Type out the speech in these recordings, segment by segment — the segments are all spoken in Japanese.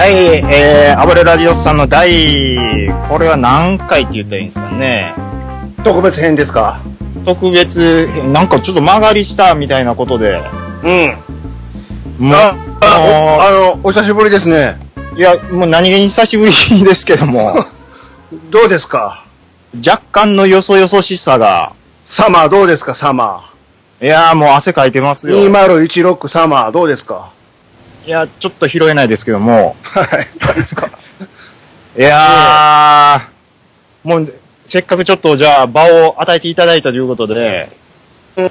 えー、暴れラジオスさんの第、これは何回って言ったらいいんですかね。特別編ですか特別、なんかちょっと曲がりしたみたいなことで。うん。もう、あ、ああおあの、お久しぶりですね。のいや、もう何気に久しぶりですけど も、どうですか若干のよそよそしさが、サマーどうですかサマいやーもう汗かいてますー。よ。い2016サマーどうですかや、ちょっと拾えないですけども、はい。どうですかいやー、もう、せっかくちょっとじゃあ場を与えていただいたということで、うん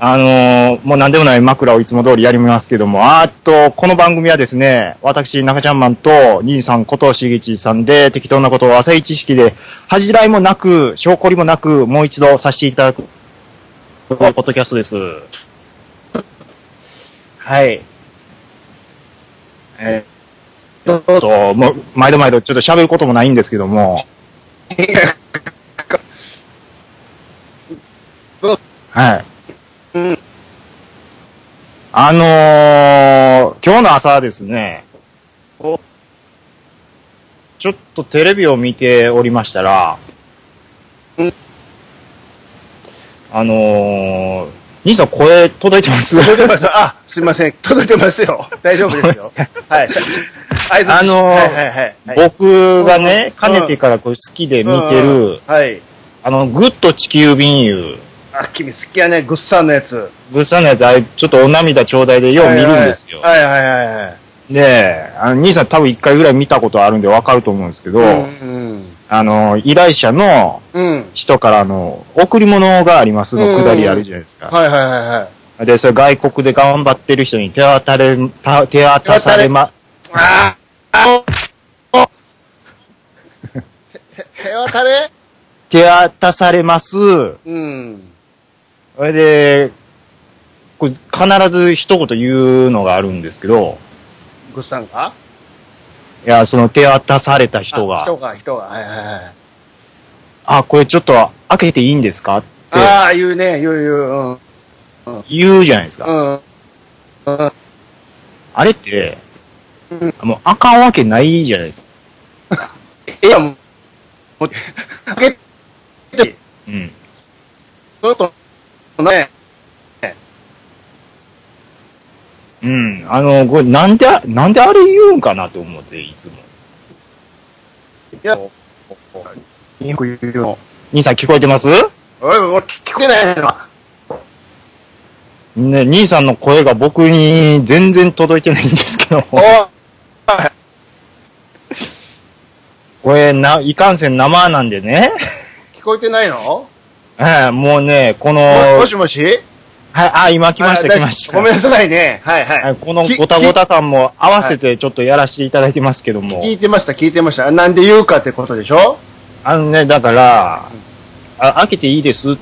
あのー、もう何でもない枕をいつも通りやりますけども、あーっと、この番組はですね、私、中ちゃんマンと、兄さんことしげちさんで、適当なことを浅い知識で、恥じらいもなく、証拠りもなく、もう一度させていただく、ポッドキャストです。はい。えーちょっと、もう、毎度毎度、ちょっと喋ることもないんですけども。はい。うん。あのー、今日の朝ですね、おちょっとテレビを見ておりましたらうん、あのー、兄さん声届いてます届いてますあ、すいません。届いてますよ。大丈夫です よ。はい。ああのーはいはいはいはい。僕がね、うんかねてからこれ好きで見てうるん、はい。あの、グッド地球便遊。あ、君好きやね。グッサンのやつ。グッサンのやつ、あれ、ちょっとお涙ちょうだいでよう見るんですよ。はいはいはいはいはい。で、あの兄さん多分一回ぐらい見たことあるんでわかると思うんですけど、うんあの、依頼者のうん。うん。人からの贈り物がありますのくだりあるじゃないですか。はいはいはいはい。で、それ外国で頑張ってる人に手渡れ、た手渡されま、ああ手渡れ手渡されます。そうん。れで、これ必ず一言言うのがあるんですけど、グッサンがいや、その手渡された人あが、人が、人が。はいはいはい。あ、これちょっと開けていいんですかってああ、言うね、言う言う。うん。言うじゃないですか。うん。うんあれってうん、もうあかんわけないじゃないですか。いや、もう、もう、開けて、うん。ちょっと、ね、うん。あの、これなんで、なんであれ言うんかなと思って、いつも。いや、よく言うよ。兄さん聞こえてますおい、俺、聞こえないのね、兄さんの声が僕に全然届いてないんですけ ど。おいこれ、な、いかんせん生なんでね。聞こえてないのはい、もうね、この、ももはい、しもしあ、今来ました、あ来ました。ごめんなさいね。はいはい。はいこのきごたごた感も合わせてちょっとやらせていただいてますけども。聞いてました、聞いてました。なんで言うかってことでしょあのね、だから、あ開けていいですって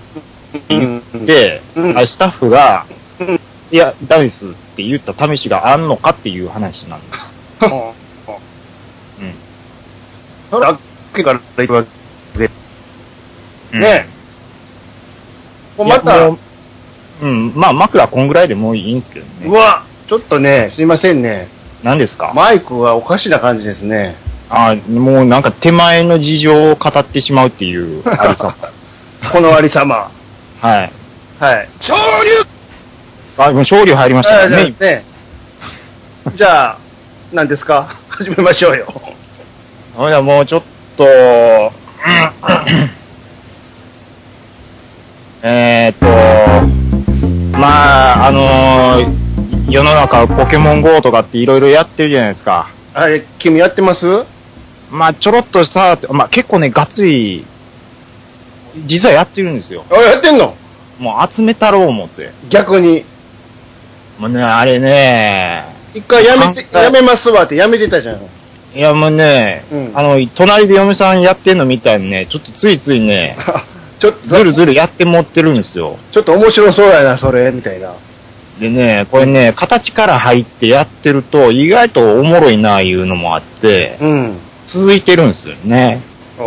言って、うんあれスタッフがうん、いや、ダメですって言った試しがあんのかっていう話なんです。うん。うん。それ、あっけから行くわけ。ねえ。もうまいやた、もううん、まあ枕こんぐらいでもういいんですけどうね。わ、ちょっとね、すいませんね。何ですか、マイクがおかしな感じですね。あもうなんか手前の事情を語ってしまうって いうありさ。このありさま。はい。はい。あ、もう勝利入りましたかあじゃあらね。ね。じゃあ、何ですか始めましょうよ。ほんならもうちょっと、うんえーっと、まあ、あのー世の中ポケモン GO とかっていろいろやってるじゃないですか。あれ、君やってますまあ、ちょろっとさ、まあ結構ね、がっつり、実はやってるんですよ。あ、やってんのもう集めたろう思って。逆に。もうね、あれね、一回やめて、はいやめますわってやめてたじゃん。いやもうね、うんあの、隣で嫁さんやってんのみたいにね、ちょっとついついね、ちょっと、ずるずるやって持ってるんですよ。ちょっと面白そうやな、それ、みたいな。でね、これね、形から入ってやってると、意外とおもろいな、いうのもあって、うん。続いてるんですよね。お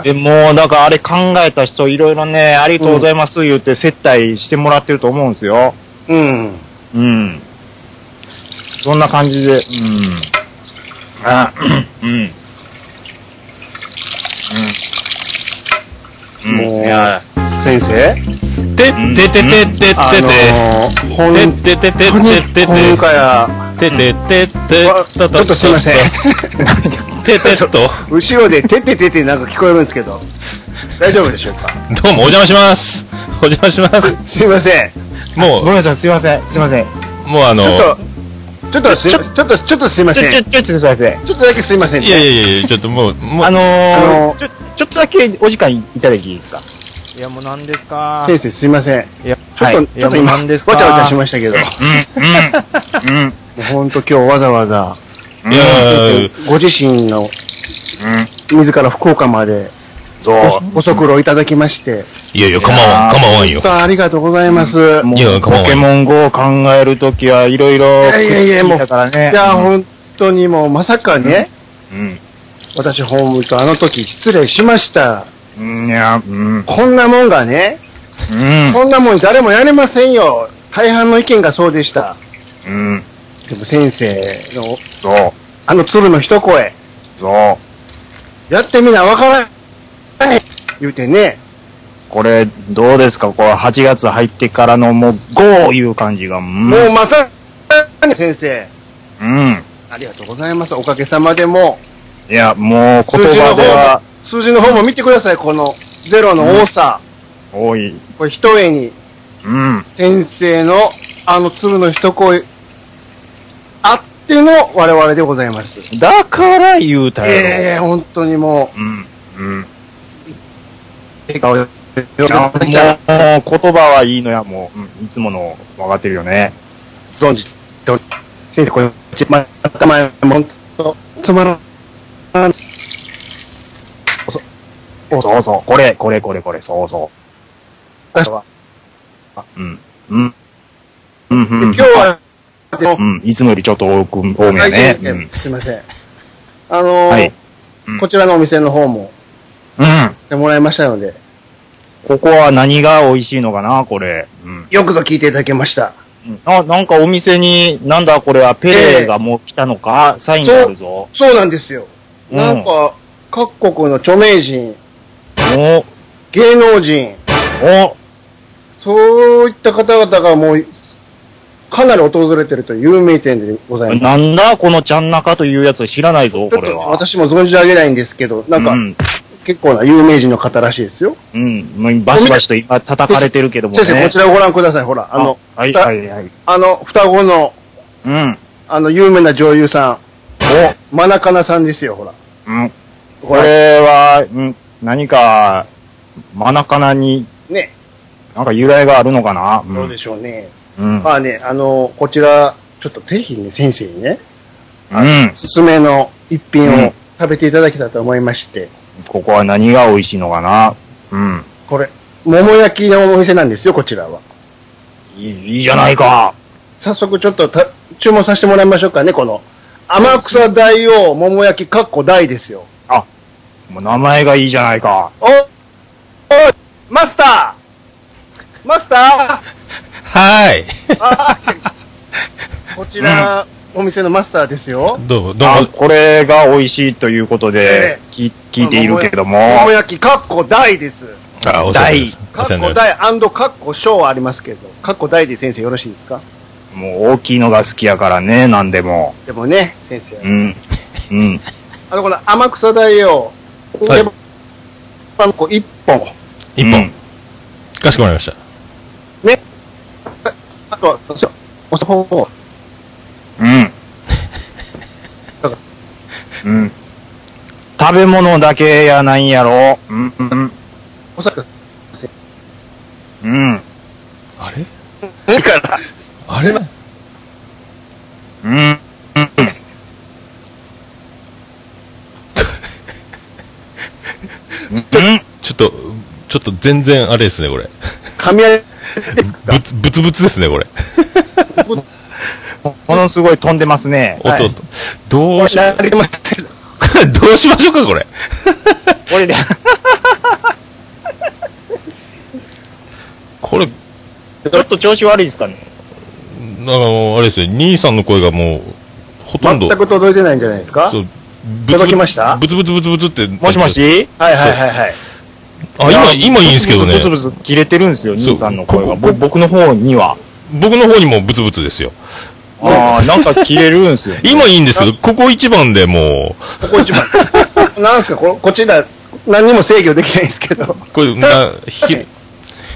ーで、もう、だからあれ考えた人、いろいろね、ありがとうございます、言って接待してもらってると思うんですよ。うん。うん。そんな感じで、うん。あ、うん。うん。うん。もういや、先生てててててててあのー、本ててててててて本入会や、てててててわちょっとすいません。ててとど後ろでててててなんか聞こえるんですけど。大丈夫でしょうかうもお邪魔しますお邪魔しますすいません。もごめんなさい、すいません、すいません。うもうあのちょっと、ちょっとすいません。ちょっと、ちょっとすいまちょ、ちせょ、ん。ちょっとすいません。ちょっとだけすいませんね。いやいやいやちょっともうもあうのあのー、ちょ、ちょっとだけお時間いただいていいですかいや、もう何ですか先生すいません。いや、ちょっと、ちょっと今、わちゃわちゃしましたけど、もうん、うん、うほんと今日わざわざ、うん、いや先生ご自身のうん。自ら福岡までそご足労いただきまして、いやいや構わん構わんよ本当ありがとうございます。う。もいやう、構わんポケモン GO を考えるときはいろいろ、いやいやいやもうだからね。いや、本当にもうまさかね、うん。私ホームとあの時失礼しました。うん、いや、うん、うん。こんなもんがね、こんなもん誰もやれませんよ。大半の意見がそうでした。うん、でも先生のそう、あの鶴の一声、そう。やってみなわからない。言うてね、これ、どうですかこれ、8月入ってからの、もう、GO! いう感じが、うん。もうまさかに先生、うん。ありがとうございます。おかげさまでもいや、もう、言う、数字の葉方ではも、、数字の方も見てください。このゼロの多さ。多い。これ一重に、うん。先生のあの鶴の一声、あっての我々でございます。だから言うたええやろ。本当にもうん。うん。う、笑顔よいやもう、言葉はいいのや、もう、うんいつもの、分かってるよね。存じており先生、これ、また前、もんと、つまらん。そうそう、これ、これ、これ、これ、そうそ今日は、う。うん。うん。うん、うん。今日は、でもうん、いつもよりちょっと多く、多めやはいね先。う生ん。すいません。あのーはいうんこちらのお店の方も、うん。してもらいましたので、ここは何が美味しいのかな、これ。うん。よくぞ聞いていただきました。あ、なんかお店に、なんだこれは、ペレーがもう来たのか、サインがあるぞ。そうなんですよ。うんなんか、各国の著名人、お、芸能人、お、そういった方々がもう、かなり訪れてるという有名店でございます。なんだこのちゃん中というやつは知らないぞ、ちょこっれとは。私も存じ上げないんですけど、なんか、うん、結構な有名人の方らしいですよ。うん、もうバシバシと今叩かれてるけどもね。先生、こちらをご覧ください。ほら、あの、はい、ふたはい、はい。あの、双子の、うん。あの、有名な女優さん、マナカナさんですよ、ほら。お、うん、ここれ、れは、うん、何か、マナカナに、ね、なんか由来があるのかなどううでしょうね。ん。うん。まあね、あの、こちら、ちょっとぜひね、先生にね、うんお。すすめの一品うをん食べていただきたいと思いまして、ここは何が美味しいのかなうん。これ、桃焼きのお店なんですよ、こちらは。いいいいじゃないか。早速ちょっとた注文させてもらいましょうかね、この、天草大王桃焼きかっこ大ですよ。もう名前がいいじゃないか。おおいマスターマスタはい ーあこちら、お店のマスターですよ。どうもどうあもこれが美味しいということでえ、き聞いているけども、桃焼きかっこ大です。あお世話になりますかおっ世話になこりま大かっこ小はありますけど、かっこ大で先生よろしいですかもう大きいのが好きやからね、なんでも。でもね、先生。うん。うん。あの、この天草大王、はいパン粉1本。す一本かしこまりましたあとは、そうそうお砂糖をうん。うん。うん。食べ物だけやないやろ。うん。うん。おそらく、うん。あれだから、あれうん。うん。ちょっとちょっと全然あれですねこれ噛み合い、ぶつぶつぶつですねこれものすごい飛んでますね。音、はいどうしなりました。 どうしましょうかこれこれで、これちょっと調子悪いですかね。なんかもうあれですね兄さんの声がもうほとんど全、く届いてないんじゃないですかそう、ぶ届きましたブツブツブツブツって。もしもしはいはいはいはい。あ、今、今いいんですけどねブ。ツブツブツ切れてるんですよ、そう兄さんの声が。ここぼ僕の方には。僕の方にもブツブツですよ。。ああ、なんか切れるんですよ今 いいんですけど、ここ一番でもここ一番。 なんすかこ、こっちだ、何にも制御できないんですけど。う、これ、な、ひ、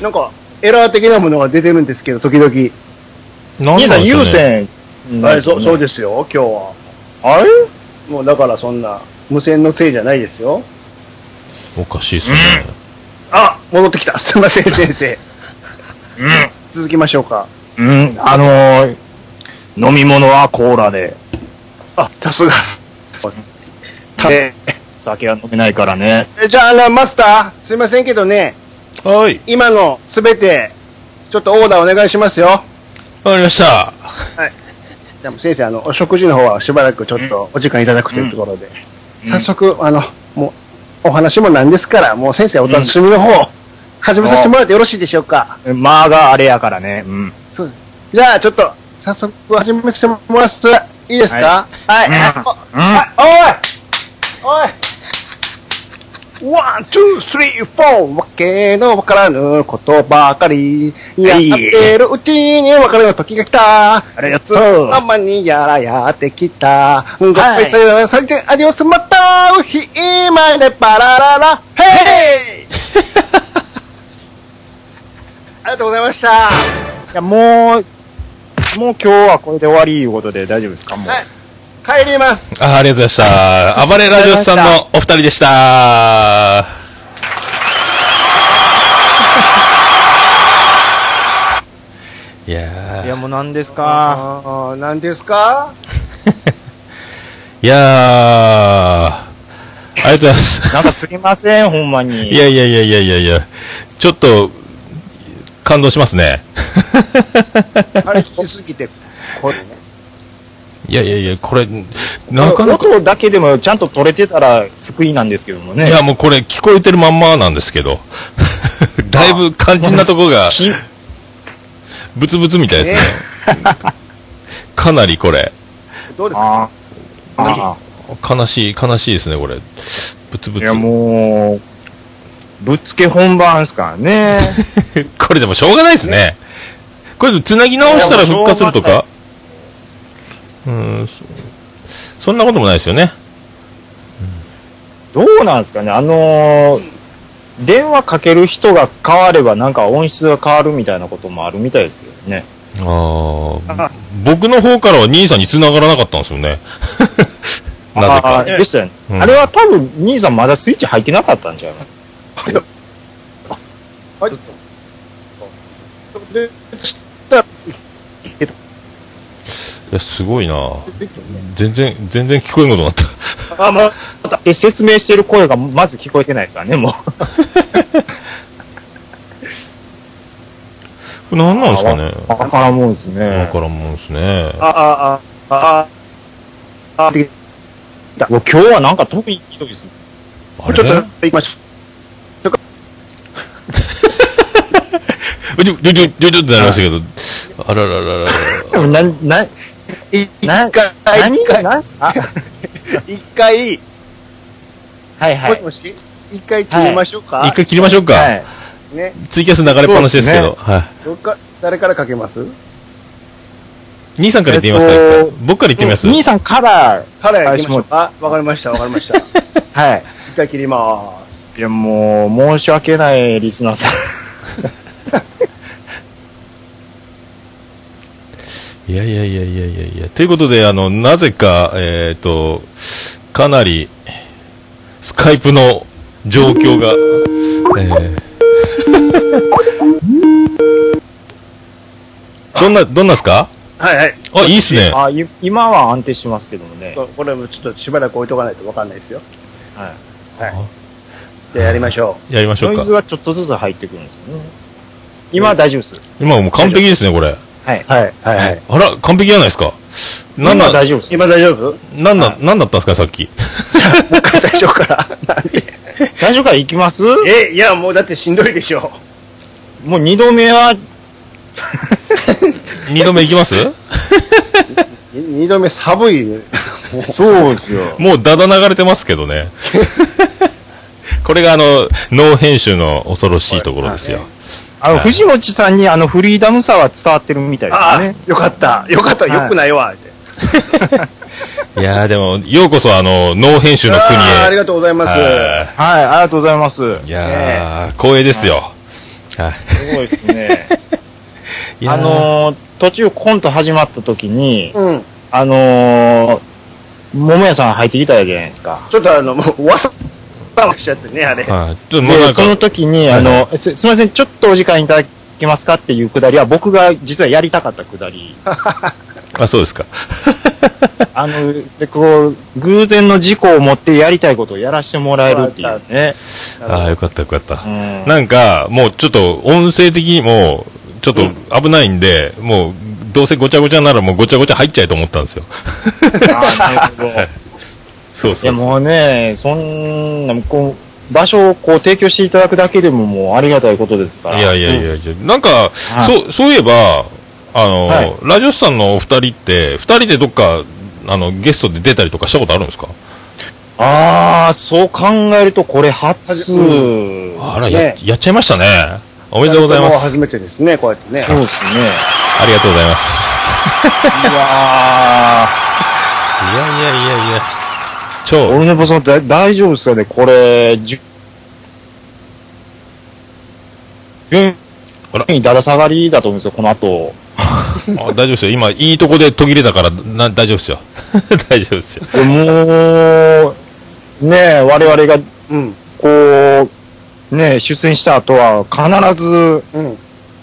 なんか、エラー的なものが出てるんですけど、時々。な兄さん優先。はい、そうそうでですよ、今日は。す。あれもうだからそんな、無線のせいじゃないですよ。おかしいですね。あ、戻ってきた。すいません、先生。続きましょうか。うん、あのー、飲み物はコーラで、あ、さすが。え酒は飲めないからね。じゃあ、あの、マスター、すいませんけどね、はい。今のすべて、ちょっとオーダーお願いしますよ。わかりました。じゃあ、先生、あの、お食事の方はしばらくちょっとお時間いただくというところで、うん早速、あの、もう、お話もなんですから、もう先生、お楽しみの方、始めさせてもらってよろしいでしょうか。まあがあれやからね。うん。そうじゃあ、ちょっと、早速、始めさせてもらっていいですかはい。うんおいおいおいワン、ツー、スリー、フォー、わけのわからぬことばかり、やってるうちに別れの時が来た。あれやつ。たまにやらやってきた。ごはめいんさい、さて、アディオスまた、うひまでパラララ、ヘイありがとうございました。はいや、もう、もう今日はこれで終わりいうことで大丈夫ですかもう。い、帰ります。あありがとうございました。暴れラジオスさんのお二人 でした。いやいーや、もう何ですかああ、何ですかいやー、ありがとうございます。なんかすいません、ほんまに。いやいやいやいやいやいや、ちょっと、感動しますね。あれ聞きすぎて、これね。いやいやいや、これ、なかなか、音だけでもちゃんと取れてたら救いなんですけどもいね。やもうこれ聞こえてるまんまなんです けど、だいぶ肝心なとこが、きブツブツみたいですね。かなりこれ、どうですかああ悲しい、悲しいですね、これ。ブツブいツや、。もう、ぶっつけ本番ですからね。 これでもしょうがないですね。これ、つなぎ直したら復活するといやもかうん、そそんなこともないですよね。どうなんですかね、あのー電話かける人が変わればなんか音質が変わるみたいなこともあるみたいですよね。あー 僕の方からは兄さんに繋がらなかったんですよね。なぜあかあ。でしたよね。うんあれは多分、兄さんまだスイッチ入ってなかったんちゃうのはい。で、したら、いや、すごいなできたよね全然、全然聞こえんことになった。あ、まあ、で、説明してる声がまず聞こえてないですからね、もう。これ何なんですかね。わからんもんです今ね。からんもんですね。あ、あ、あ、あ、あ、できうわ今日はなんか特にひどいですね。あれちょっと、 行きましょうちょ、ちょ、ちょ、ちょ、ちょってなりましたけど。あらららららな、な、う。い一な回、一回、何すか一回、はいはもしい。もし一回切りましょうか。一回切りましょうはか。い。ね。ツイキャス流れっぱなしですけそうど。はい。どっか、誰からかけます兄さんから言ってみますか、えっと一回僕から言ってみます兄さんから、から行きましょうか。わかりました、わかりました。はい。一回切ります。いや、もう、申し訳ないリスナーさん。いやいやいやいやいやいや。ということで、あの、なぜか、えっ、と、かなり、スカイプの状況が、えー どんな、どんなですかはいはい。あ、いいっすね。あい今は安定してますけどもね。そうこれもちょっとしばらく置いとかないとわかんないですよ。はいじゃあやりましょやりましょうノイかズ。がちょっとずつ入ってくるんですね。今は大丈夫です。今はもう完璧ですね、これ。はい。う。はい、はい、はい。あら、完璧じゃないですか。今なんはだ、大丈夫です。今大丈夫なんだ、なんだったんですか、さっき。最初から。大丈夫から行きます え、いや、もうだってしんどいでしょ。もう二度目は、二度目いきます二度目寒いね。そうですよ。もうだだ流れてますけどね。これがあの、ノー編集の恐ろしいところですよ。あの、はい藤本さんにあの、フリーダムさは伝わってるみたいですあね。あ、よかった。よかった。はいよくないわ。っていやーでも、ようこそあの、ノー編集の国へ。あーありがとうございます。ははい、ありがとうございます。いいやー、光栄ですよ。はすごいですね。い。あのー途中コント始まった時に、うん。あのー、桃屋さん入ってきたじゃないですか。ちょっとあの、もう、わ さ、わさしちゃってね、あれ。はい、ちょっともうなで、んそのか、時に、あの、すすみません、ちょっとお時間いただけますかっていうくだりは、僕が実はやりたかったくだ り。あ、そうですか。あの、で、こう、偶然の事故を持ってやりたいことをやらせてもらえるっていうね。ああ、よかったよかったう。んなんか、もうちょっと音声的にも、ちょっと危ないんで、もう、どうせごちゃごちゃならもうごちゃごちゃ入っちゃえと思ったんですよ。あーなるほど。そういそやうそう。もうね、そんな、こう、場所をこう提供していただくだけでももうありがたいことですから。いやいやいやいや、なんか、はいそう、そういえば、あの、はいラジオスさんのお二人って、二人でどっか、あの、ゲストで出たりとかしたことあるんですかああ、そう考えるとこれ初。うあら、ねや、やっちゃいましたね。おめでとうございまもす。初めてですね、こうやってね。そうですね。ありがとうございます。いやいやいやいやいや。ー、超、オルネポさんだ大丈夫ですかねこれ、じゅ順あら位だだ下がりだと思うんですよ、この後。あ大丈夫ですよ。今、いいとこで途切れたから、な大丈夫ですよ。 大丈夫ですよ。でもう、ねえ、我々がうん。こう、ねえ、出演した後は必ず、うん。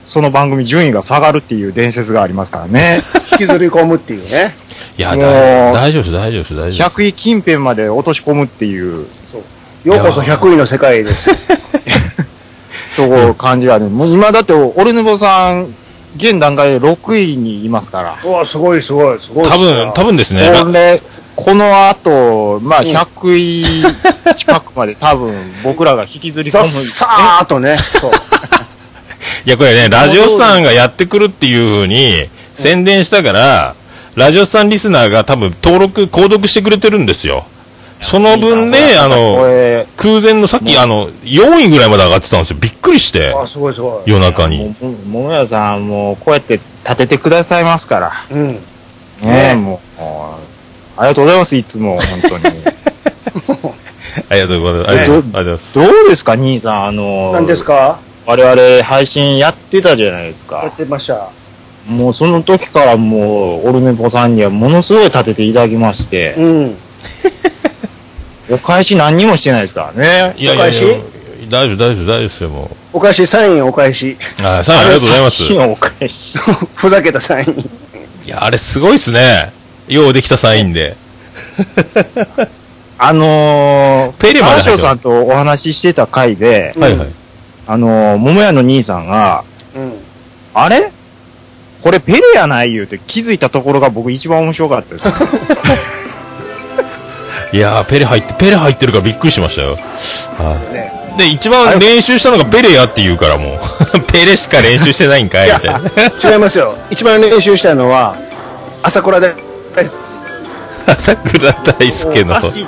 その番組順位が下がるっていう伝説がありますから ね。引きずり込むっていうね。いや、もうだ大丈夫です、大丈夫です、大丈夫100位近辺まで落とし込むっていう、ようこそ100位の世界です。とこ感じがある。もう今だって、オルネボさん、現段階で6位にいますから。うわ、すごいすごい、すごい。多分、多分ですね。これ、この後、まあ、うん100位近くまで多分、僕らが引きずり込ザッむ。 サーっとね。そう。いや、これね、ラジオスさんがやってくるっていうふうに宣伝したから、ラジオスさんリスナーが多分登録、購読してくれてるんですよ。その分いいね、なあこの、れ、空前のさっき、あの、4位ぐらいまで上がってたんですよ。びっくりして、あ、すごいすごい。夜中に。もも桃屋さん、もう、こうやって立ててくださいますから。うん。ねねえ、もう、ありがとうございます、いつも、本当 に。ありがとうございます。ありねがとうございます。どうですか、兄さん、あの、何ですか我々配信やってたじゃないですやかっ。てました。もうその時からもう、オルネポさんにはものすごい立てていただきまして、うん。お返し何にもしてないですからね。いやいやいおや、大丈夫、大丈夫、大丈夫ですよ、もう。お返し、サインお返し。 あ、さあ、ありがとうございます。さっきのお返し。ふざけたサイン。いや、あれすごいっすね。ようできたサインで。あのー、ペレまで入って川翔るさんとお話ししてた回で、うんはいはい。あのー、桃屋の兄さんが、うん。あれこれペレやない言うて気づいたところが僕一番面白かったです。いやー、ペレ入って、ペレ入ってるからびっくりしましたよ。はいねで、一番練習したのがペレやって言うからもう、 ペレしか練習してないんかいみたいな。違いますよ。一番練習したのは、朝倉で、朝倉大輔のお。かしいでしょ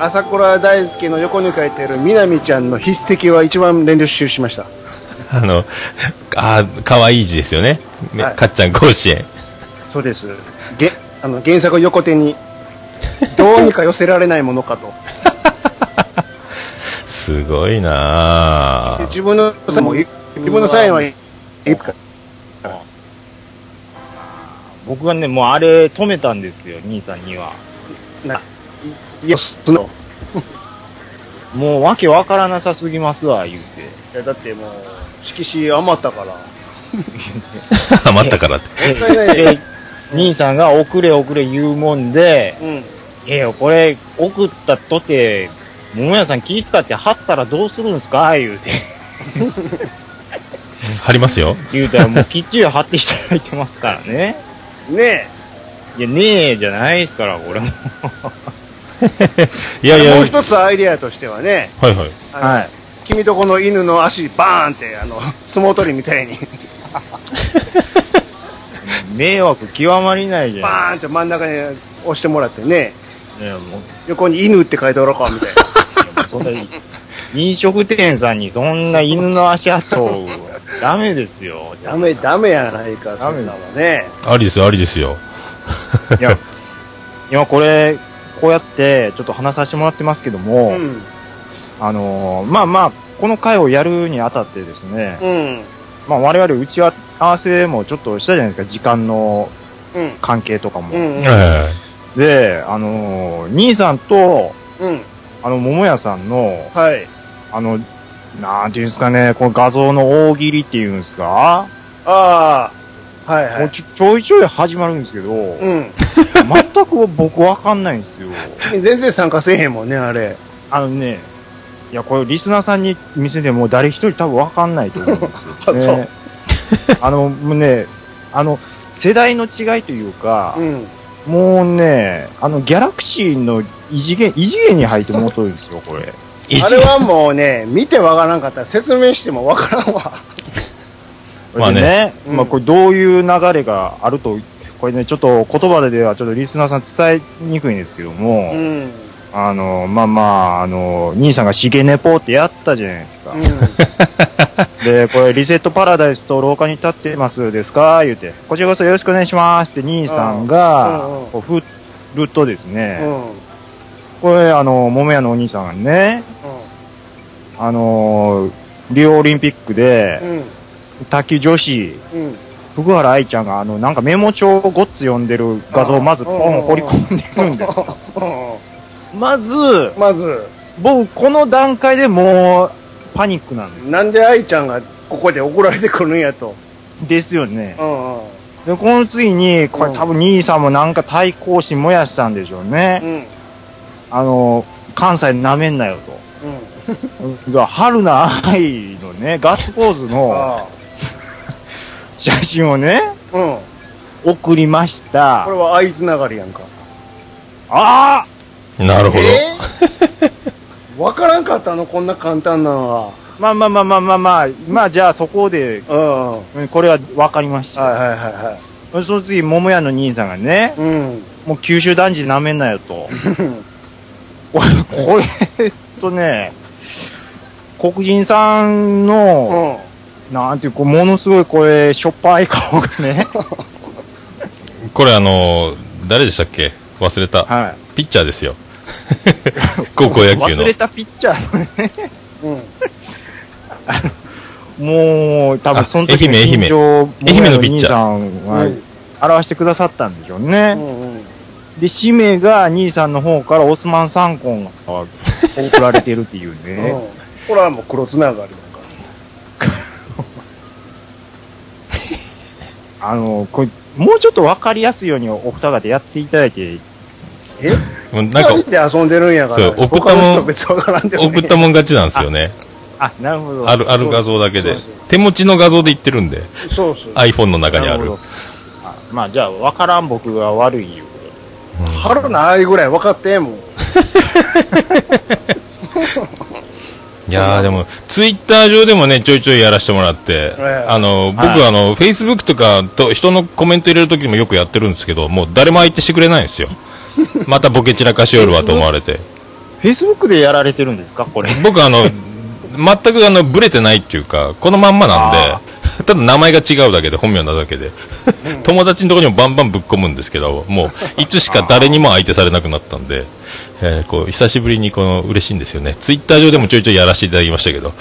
朝倉大輔の横に書いてる南ちゃんの筆跡は一番練習しました。あの、あー、かわいい字ですよね。ねはいかっちゃん甲子園。そうです。げあの原作を横手 に、どうにか寄せられないものかと。すごいなでー自分のサインも、自分のサインはいいつか。僕がね、もうあれ止めたんですよ、兄さんには。いや、その、もうわけわからなさすぎますわ、言うて。いやだってもう、色紙余ったから。 余ったからって。もったいない で、兄さんが遅れ遅れ言うもんで、うん。えよ、これ送ったとて、桃屋さん気使って貼ったらどうするんすか言うて。貼りますよ。言うたらもうきっちり貼っていただいてますからね。 ねいや、ねえじゃないですから、これも。いやいえ。や、もはうい一つアイデアとしてはね、はい。あのい。君とこの犬の 足バーンって、あの、相撲取りみたいに。迷惑極まりないじゃん。バーンって真ん中に押してもらってね、ねもう横に犬って書いておろうか、みたいな。これ飲食店さんにそんな犬の足跡をダメですよ。ダメ、ダメやないか、ダメそんなんはね。ありですよ、ありですよ。いや、今これ、こうやってちょっと話させてもらってますけども、うん。あのーまあまあ、この回をやるにあたってですね、うん。まあ我々打ち合わせもちょっとしたじゃないですか、時間のうん。関係とかも。うん。えで、あのー兄さんと、うん。あの、桃屋さんの、はい。あの、なんていうんですかね、この画像の大喜利っていうんですか、ああ。はいはもうい。ちょちょいちょい始まるんですけど、うん。全く僕わかんないんです よ。君全然参加せえへんもんね、あれ。あのね、いや、これリスナーさんに見せても誰一人多分わかんないと思 うんですよ、ね。そうあの、もうね、あの、世代の違いというかう、ん。もうね、あの、ギャラクシーの異次元、異次元に入ってもうとるんですよ、これ。えあれはもうね、見てわからんかったら説明してもわからん わ。ままああねねうんまあこれどういう流れがあると、これね、ちょっと言葉ではちょっとリスナーさん伝えにくいんですけども、うん。うん。あの、まあまあ、あの、兄さんがシゲネポってやったじゃないですか。で、これリセットパラダイスと廊下に立ってますですか言うて、こちらこそよろしくお願いしますって兄さんがうんうんうん、こう振るとですね、うん。これあの、桃屋のお兄さんがね、あの、リオオリンピックで、うん。卓球女子、うん。福原愛ちゃんがあのなんかメモ帳をごっつ読んでる画像をまずポン掘り込んでるんですよ まず まず、僕この段階でもうパニックなんでなんで愛ちゃんがここで怒られてくるんやと。すですよねうんうん。でこの次にこれ多分兄さんもなんか対抗心燃やしたんでしょうねうん。あの関西なめんなようん。とが春菜愛のねガッツポーズのあ写真をねあ。うん。送りましこたれは愛つながりやんか。ああなるほど。えーわからんかったのこんな簡単なのは。まあまあまあまあまあまあまあじゃあそこでうん。はいこれは分かりましたはいはいはその次、桃屋の兄さんがね、い。うん。もう九州男児舐めんなよ と。これ、これ、えっとね、黒人さんの、うん。なんていう、こうものすごいこれ、しょっぱい顔がね、これあの、誰でしたっけ忘れ た。はい。ピッチャーですよ。 高校野球忘のれ。たピッチャーのね、うん。もう、多分その時のあ愛媛愛媛心情を愛媛桃屋のピッチャー兄さんは表してくださったんでしょううね。んうん。で、氏名が兄さんの方からオスマン三婚が送られてるっていうね。うんこれはもう黒つながりやんか。あの、これ、もうちょっと分かりやすいようにお二方やっていただいて、えもうなんか二、人で遊んでるんやから。そう奥他多摩の人別にわからんでもね送ったもん勝ちなんですよね。あ、なるほど。ある、ある画像だけでそうそう。手持ちの画像で言ってるんで。そうそう。 iPhone の中にあなる。ほどあまあ、じゃあ、分からん僕が悪いよ。春の愛ぐらい分かってんもん。いやーでも、ツイッター上でもね、ちょいちょいやらせてもらって、ええあの、僕、はいあの、フェイスブックとかと人のコメント入れるときもよくやってるんですけど、もう誰も相手してくれないん ですよ。またボケ散らかしよるわと思われて。 Facebook でやられてるんですかこれ。 僕、あの、全くあの、ブレてないっていうか、このまんまなんあで、ただ名前が違うだけで、本名なだけで、友達のとこにもバンバンぶっ込むんですけど、もう、いつしか誰にも相手されなくなったんで、えーこう、久しぶりにこの、嬉しいんですよね。ツイッター上でもちょいちょいやらせていただきましたけど、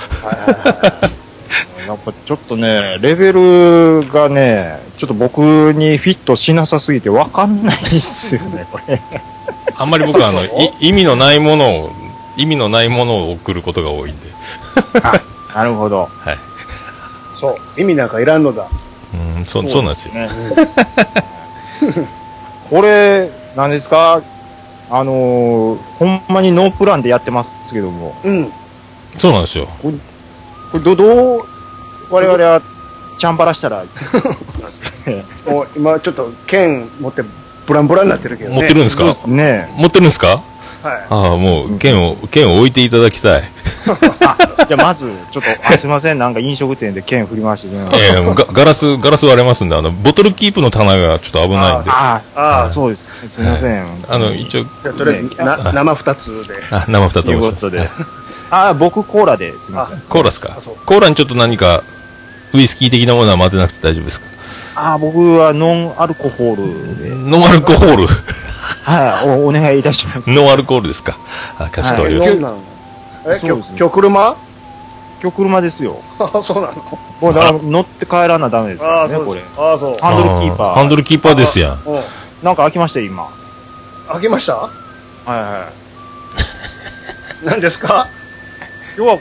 やっぱちょっとね、レベルがね、ちょっと僕にフィットしなさすぎて分かんないですよね、こ れ。あんまり僕はあのい意味のないものを意味のないものを送ることが多いんで、なるほど。はい、そう。意味なんかいらんのだ。うんそうそうなんですよ、 ね。これ、なんですかあのーほんまにノープランでやってますけども。うん。そうなんですよこれどどう我々はチャンバラしたらもう今ちょっと剣持ってブランブランになってるけどね。持ってるんですかね持ってるんですかはああもう剣を剣を置いていただきたいじゃあまず、ちょっと、あすいません、なんか飲食店で剣振り回してね。ええもうガガラス、ガラス割れますんで、あの、ボトルキープの棚がちょっと危ないんで。ああ、ああ、そうです。すいません。あの、一応、じゃあ、とりあえず、な生二つで。あ、生二つということで。ああ、僕コーラですいません。コーラですかあそうコーラにちょっと何か、ウイスキー的なものは混ぜなくて大丈夫ですかああ、僕はノンアルコホールで、ノンアルコホール。 はい、おお願いいたします。ノンアルコールですかあ、かしこまりまはしい急なのえ、そう今です日、ね今日車 今日車ですよ。そうなのもうだから乗って帰らなダメですからね、これ。ああ、そうた。ハンドルキーパーあハンドルキーパーですやん。おうなんか開きましたよ、今。は開けましたいは何ですかい。要は、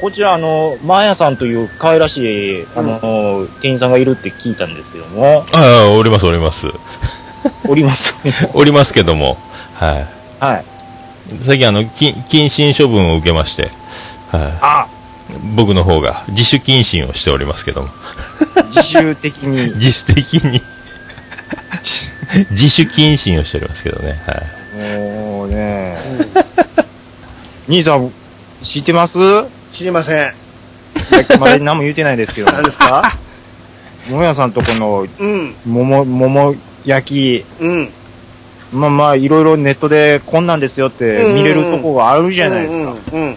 こちら、あの、マーヤさんという可愛らしい、あの、店員さんがいるって聞いたんですけども、ああ、おります、おります。おり ます。おりますけども。ははい。い。最近、あの、禁謹慎処分を受けまして、はあい。僕の方が自主謹慎をしておりますけども。自主的に。自主的 に自主謹慎をしておりますけどね、はい、もうね、兄さん、知ってます知りません。まだ何も言うてないです けど、何です か桃屋さんとこのうん、桃、桃焼き、うん。まあまあ、いろいろネットでこんなんですよって見れるとこがあるじゃないですか。うんうん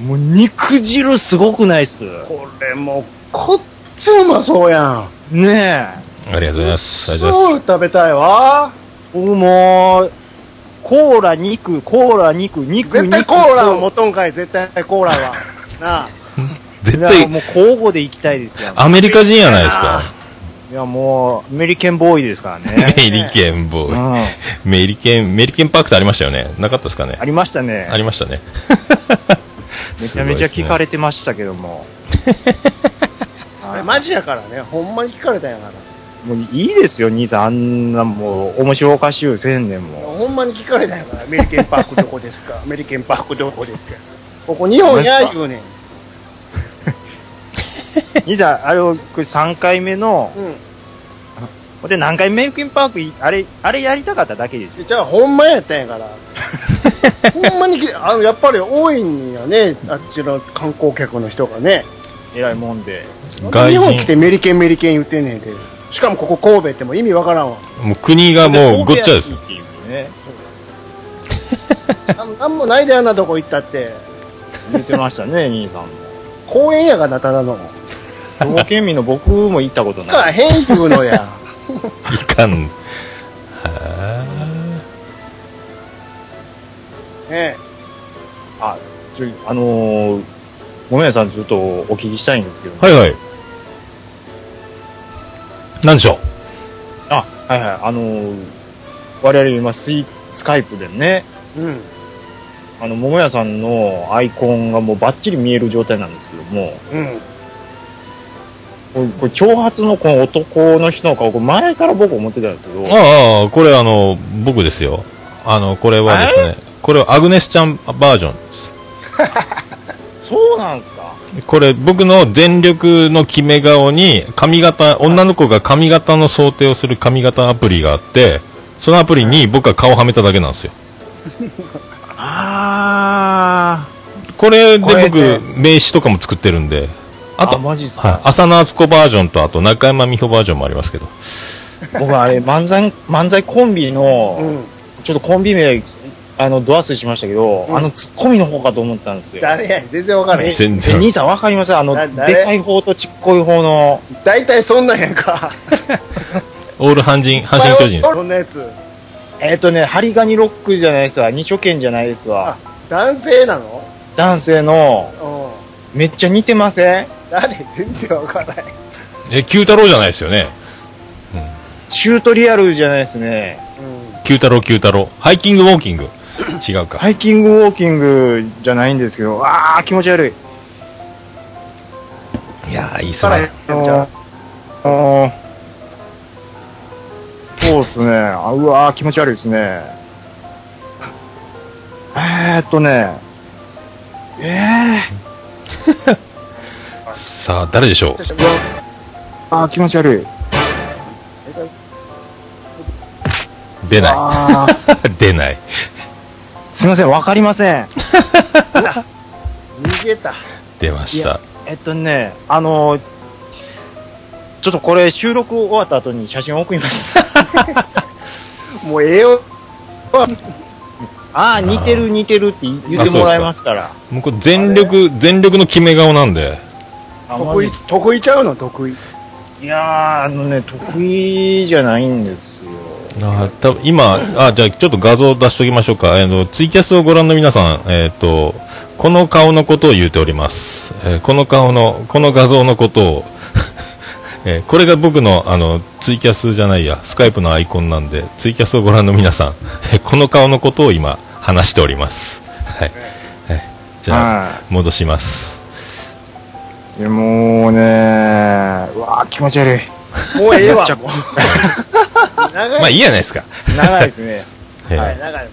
うん。もう肉汁すごくないっす。これもう、こっちうまそうやん。ねえ。ありがとうございますありがとうございそう食べたいわ。僕も、コーラ肉、コーラ肉、肉、絶対肉コーラを持とんかい、絶対コーラは。 なあ。ます絶いや対もう交互で行きたいですよ。アメリカ人やないですかいや、もう、アメリカンボーイですからね。メリケンボうーイん。あメリケンメリケンパークってありましたよねなかったですかねりましたね。ありましたねめちゃめちゃ聞かれれてましたけども。こはれいマジやからね、ほんまに聞かれたんやから。もういいですよ、兄さん。あんなもう、面白おかしゅうせんねんもほんまに聞かれたんやから、アメリケンパークどこですか、アメリケンパークどこですか。ここ日本や言うねん。う。兄さん、あれを、これ3回目の、うん。で、何回メイクインパークい、あれ、あれやりたかっただけです。じゃあ、ほんまやったんやから。ほんまにきあの、やっぱり多いんやね、あっちの観光客の人がね。えらいもんで。外日本来て人メリケンメリケン言ってんねんで。しかもここ神戸ってもう意味わからんわ。もう国がもうごっちゃです神戸焼きっていうね。なんなんもないであんなとこ行ったって。言ってましたね、兄さんも。公園やがな、ただの。兵庫県民の僕も行ったことだかならい。変っていうのや。いかんはねちょあのー、ごめんなさい、ちょっとお聞きしたいんですけども、あはいはいなんでしょうあ、はいはい、あのー、我々今スイ、スカイプでね、うん。あの、桃屋さんのアイコンがもうバッチリ見える状態なんですけども、うん。これ、これ挑発のこの男の人の顔、これ前から僕思ってたんですけど、ああ、これあの、僕ですよ。あの、これはですね、これはアグネスちゃんバージョンです。そうなんですかこれ僕の全力の決め顔に髪型、女の子が髪型の想定をする髪型アプリがあって、そのアプリに僕は顔はめただけなんですよ。あこれでこれ僕で名刺とかも作ってるんで、ー、あと、マジっすか、はい、浅野敦子バージョンとあと中山美穂バージョンもありますけど、僕あれ、漫才、漫才コンビの、うん。ちょっとコンビ名、あの、ドアスしましたけど、うんあの、ツッコミの方かと思ったんですよ。誰やねん全然わからへん。全え然兄。さんわかりますあの、だで誰かい方とちっこい方の、大体そんなんやんか。オール阪神、阪神巨人です。そんなやつ。えっ、とね、ハリガニロックじゃないですわ、二所剣じゃないですわ、男性なの男性の、うめっちゃ似てませんん。誰全然わからない。え、九太郎じゃないですよね。チュートリアルじゃないですね。う九太郎九太郎ハイキングウォーキング違うか、ハイキングウォーキングじゃないんですけど、あー、気持ち悪い。い、やーいいっすからへねんあのーあーそうですね。あうわー、気持ち悪いですね。えーっとね、えー、さあ誰でしょうあー、気持ち悪い。出なあ ー、い 出ないすいません、わかりません。消えた。出ました。えっとね、あの、ちょっとこれ収録終わった後に写真送ります。もうええよ。ああ、似てる似てるって言ってもらえますから。もうこれ全力、全力の決め顔なんで。あま得り意、得意ちゃうの得意。いやー、あのね、得意じゃないんですよ。あ多分今あ、じゃあちょっと画像を出しときましょうか、えーのツイキャスをご覧の皆さん、えーと、この顔のことを言うております、えーこの顔の、この画像のことを、 えーこれが僕のあのツイキャスじゃないや、スカイプのアイコンなんで、ツイキャスをご覧の皆さん、えーこの顔のことを今、話しております。はいえーじゃあ、は戻します。い。でもうね、うわー、気持ち悪い。もうええわめっちゃ。もう長い。まあいいじゃないですか。長いです ね。えーはい、長い。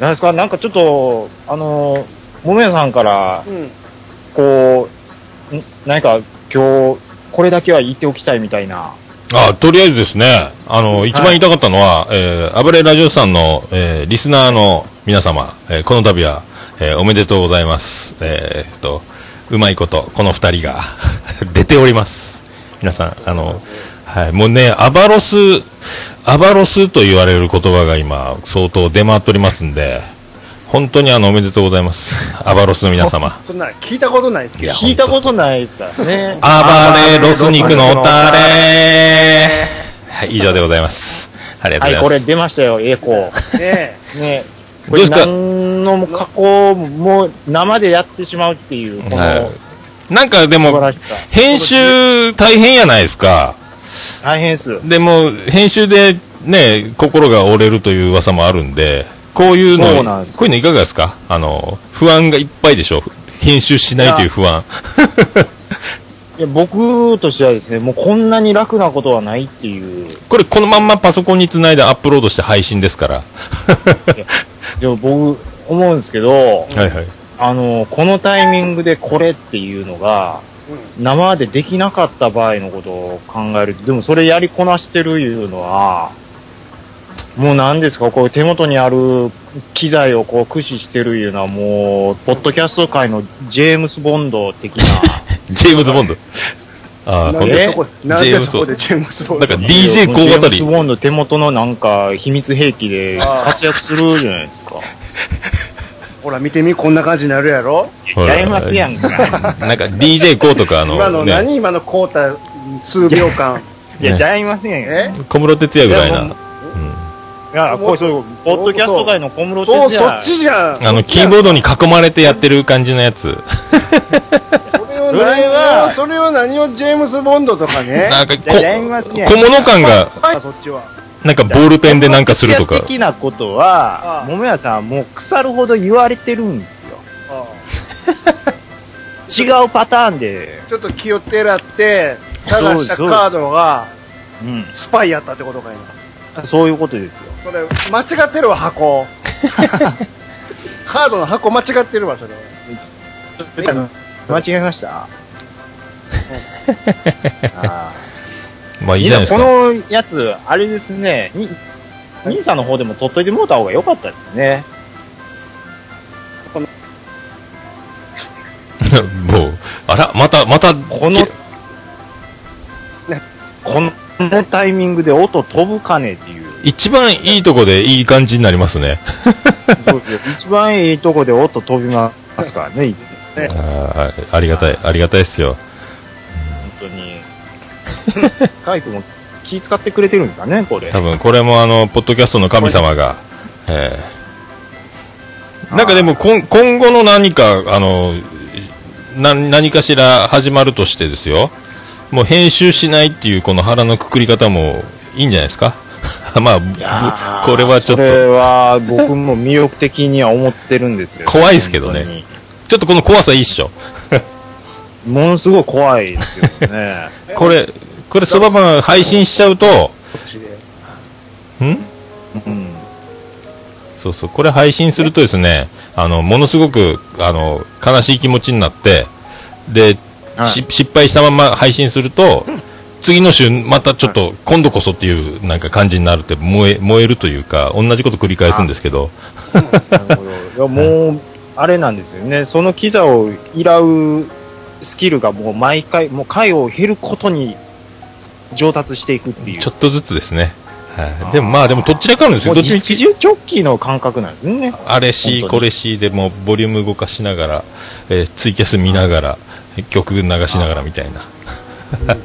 なんですか、なんかちょっと、あの、もめさんから、うん。こう、ん何か今日、これだけは言っておきたいみたいな。あとりあえずですね、あの、一番言いたかったのは、えー、暴れラジオさんの、えーリスナーの皆様、えーこの度は、えーおめでとうございます。えーえっと、うまいこと、この二人が 出ております。皆さん、あの、はい、もうね、アバロス、アバロスと言われる言葉が今、相当出回っておりますんで、本当にあの、おめでとうございます。アバロスの皆様。そんな聞いたことないですけいどや。聞いたことないですからね。アバレロス肉のおたれはい、以上でございます。ありがとはい、うごこざいれ出まます。したよ、エコねー。ねどこうれですか何の加工も生でやってしまうっていう、このはいなんかで素晴もら、しさ。編集大変やないですか。大変です。でも、編集でね、心が折れるという噂もあるんで、こういうそうのなんで、すこういうのいかがですかあの、不安がいっぱいでしょ。編集しないという不 安。いや僕としてはですね、もうこんなに楽なことはないっていう。これ、このまんまパソコンにつないでアップロードして配信ですから。でも僕、思うんですけど、はいはい。あの、このタイミングでこれっていうのが、生でできなかった場合のことを考えると、でもそれやりこなしてるいうのは、もう何ですか、こう手元にある機材をこう駆使してるいうのはもう、ポッドキャスト界のジェームス・ボンド的な、ジェームズ・ボンド。え。ああ、なほんんえでとそこ、なんジェーでムズそこでジェームス・ボンなドんか DJ ジこうェあたームス・り。ボンド手元のなんか秘密兵器で活躍するじゃないですか。ほら見てみ、こんな感じになるやろちゃいますやんか。なんか DJ コーとかあの、今のね何今のコータ数秒 間。いや、ちゃいますやんか。え小室哲哉ぐらいいやなも。いや、こうそういう、ポッドキャスト界の小室哲そう、哉。そっちじゃん。あの、キーボードに囲まれてやってる感じのやそつ。れをそれは何を、それを何をジェームス・ボンドとか ね。なんかこ、じゃあ違いますね小物感が、はい、そっちは。なんかボールペンでなんかするとロシアか。的なことはあ、あももやさんはもう腐るほど言われてるんですよ。あ違うパターンで、あちょっと気をてらって、探したそうですカードがうん、スパイやったってことかいな。そういうことですよ。それ、間違ってるわ、 箱。カードの箱間違ってるわ、それ。間違えましたあまあーいいいじゃやないですこか。のやつ、あれですね、に兄さんの方でも取っといてもらった方が良かったですね。 もう、あら、また、また、このき、このこのタイミングで音飛ぶかねっていう。一番いいとこでいい感じになりますね。そうですよ一番いいとこで音飛びますから ね、いつもねあーあありがたい、ありがたいですよ。本当に。スカイプも気使ってくれてるんですかね、これ。多分、これもあの、ポッドキャストの神様が、えーなんかでも、こん今後の何か、あの、な何かしら始まるとしてですよ。もう編集しないっていうこの腹のくくり方もいいんじゃないですか まいやあ、ーぶこれはちょっそと。れは僕も魅力的には思ってるんですよ。怖いっすけどね本当に。ちょっとこの怖さいいっしょ。ものすごい怖いですけど ね。これ、これそばばん配信しちゃうと、こっちで。んうん。そうそう、これ配信するとですね、あの、ものすごく、あの、悲しい気持ちになって、で、はいし失敗したまま配信すると、次の週、またちょっと、今度こそっていう、なんか感じになるって、燃え、燃えるというか、同じこと繰り返すんですけど、なるほど。いや、もう、あれなんですよね。そのキザをいらうスキルがもう毎回、もう回を減ることに上達していくっていう。ちょっとずつですね。はい。でもまあ、でもどっちらかあるんですもよ。うどっちみ一ち、重チョッキーの感覚なんですね。あれ本し、当にこれし、でもボリューム動かしながら、えーツイキャス見ながら、曲流しながらみたいな。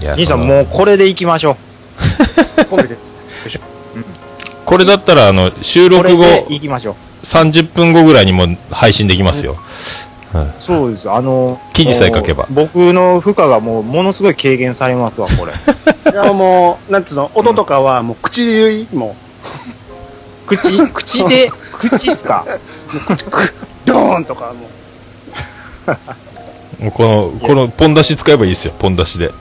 いや兄さそん、のもうこれでいきましょコンビで。これだったら、あの、収う。これ録後、でいきましょう。 30分後ぐらいにも配信できますよ。そうです。あの、記事さえ書けばもう僕の負荷がもうものすごい軽減されますわ、 これ。いや、もう、なんつうの、音とかは、もう、口で言い、も口、口で、口っすか。う、 ドーンとか、もう、もうこの、この、ポン出し使えばいいですよ、ポン出しで。ね、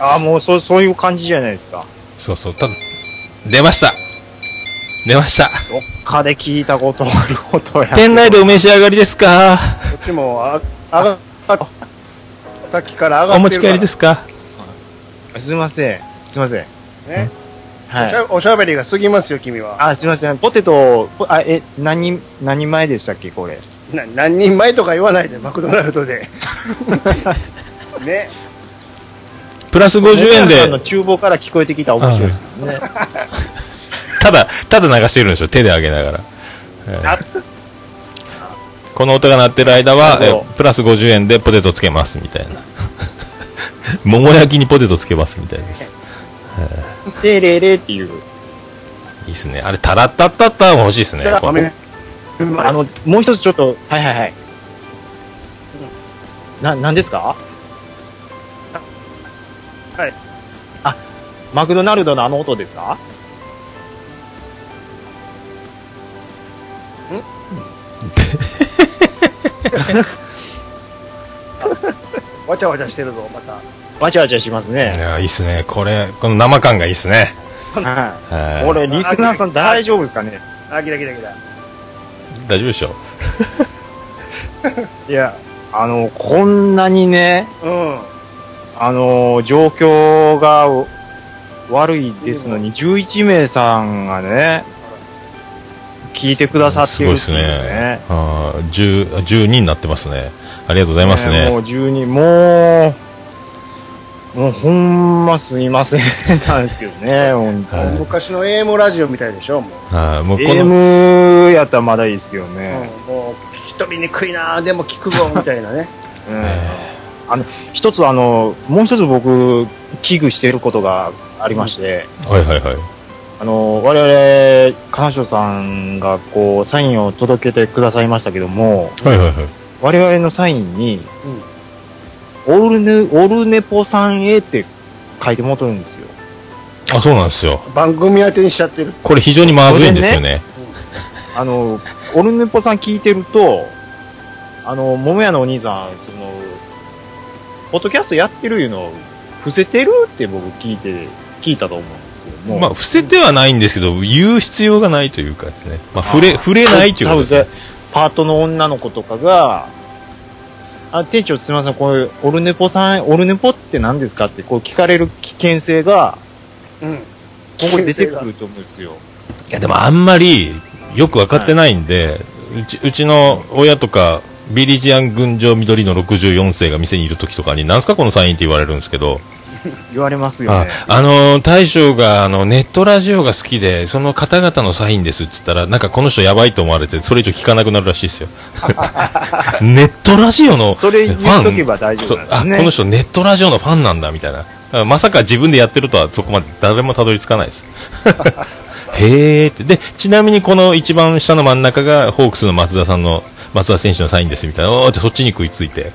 ああ、もうそそういう感じじゃないですか。そうそう、た出ました出ましたどっかで聞いたことあることや。店内でお召し上がりですかこっちも、あ、あが、あ、さっきから上がおってるから。。持ち帰りですすかすいません。すいません。ね。おしはい。ゃおしゃべりが過ぎますよ、君は。あ、すいません。ポテト、ポあ、え、何、何前でしたっけ、これ。な何人前とか言わないで、マクドナルドで。ね。プラス50円皆さんので、厨房から聞こえてきた面白いですね。ただ、ただ流してるんでしょ手で上げながら。えーあこの音が鳴ってる間は、なえるほどープラス50円でポテトつけます、みたいな。 桃焼きにポテトつけます、みたいです。で、れれっていう。いいっすね。あれ、タラッタッタッタも欲しいっすね。こごめんねあの、もう一つちょっと、はいはいはい。な、何ですかはい。あ、マクドナルドのあの音ですかわちゃわちゃしてるぞ、また。わちゃわちゃしますいね。や、いいっすね。これ、この生感がいいっすね。は。はいいこれ、リスナーさん大丈夫ですかねあ、ギラギラギラ。大丈夫でしょいや、あの、こんなにね、うん。あの、状況が悪いですのに、11名さんがね、聞いてくださってるってすいうごいですね。あー10あ12になってますね。ありがとうございますねもね。う12、もう、もうほんますい ませんなんですけどね、本当はい昔の AM ラジオみたいでしょ、もう。あーもうこの AM やったらまだいいですけどうんね、もう、聞き取りにくいな、でも聞くぞ、みたいなね。うんあの一つあの、もう一つ僕、危惧していることがありまして、はいはいはい。あの我々、彼女さんがこうサインを届けてくださいましたけども、はいはいはい。我々のサインに、オルネオルネポさんへって書いてもとるんですよ。あ、そうなんですよ。番組当てにしちゃってる。これ非常にまずいんですよね。あの、オルネポさん聞いてると、あの、桃屋のお兄さん、その、ポッドキャストやってるいうのを伏せてるって僕聞いて、聞いたと思うんですけども。まあ、伏せてはないんですけど、言う必要がないというかですね。まあ、触れ、触れないということです多ね分。パートの女の子とかが、あ、店長すみません、こういうオルネポさん、オルネポって何ですかってこう聞かれる危険性が、うん。今後出てくると思うんですよ。いや、でもあんまりよくわかってないんで、うち、うちの親とか、ビリジアン群青緑の64世が店にいる時とかに、なんすかこのサインって言われるんですけど、言われますよあね。あのー大将があのネットラジオが好きでその方々のサインですっつったらなんかこの人やばいと思われてそれ以上聞かなくなるらしい ですよネットラジオのそれ言っとけば大丈そ夫うなんであすこね。の人ネットラジオのファンなんだみたいなだからまさか自分でやってるとはそこまで誰もたどり着かないです へーってでちなみにこの一番下の真ん中がホークスの松田さんの松田選手のサインですみたいなおーってそっちに食いついて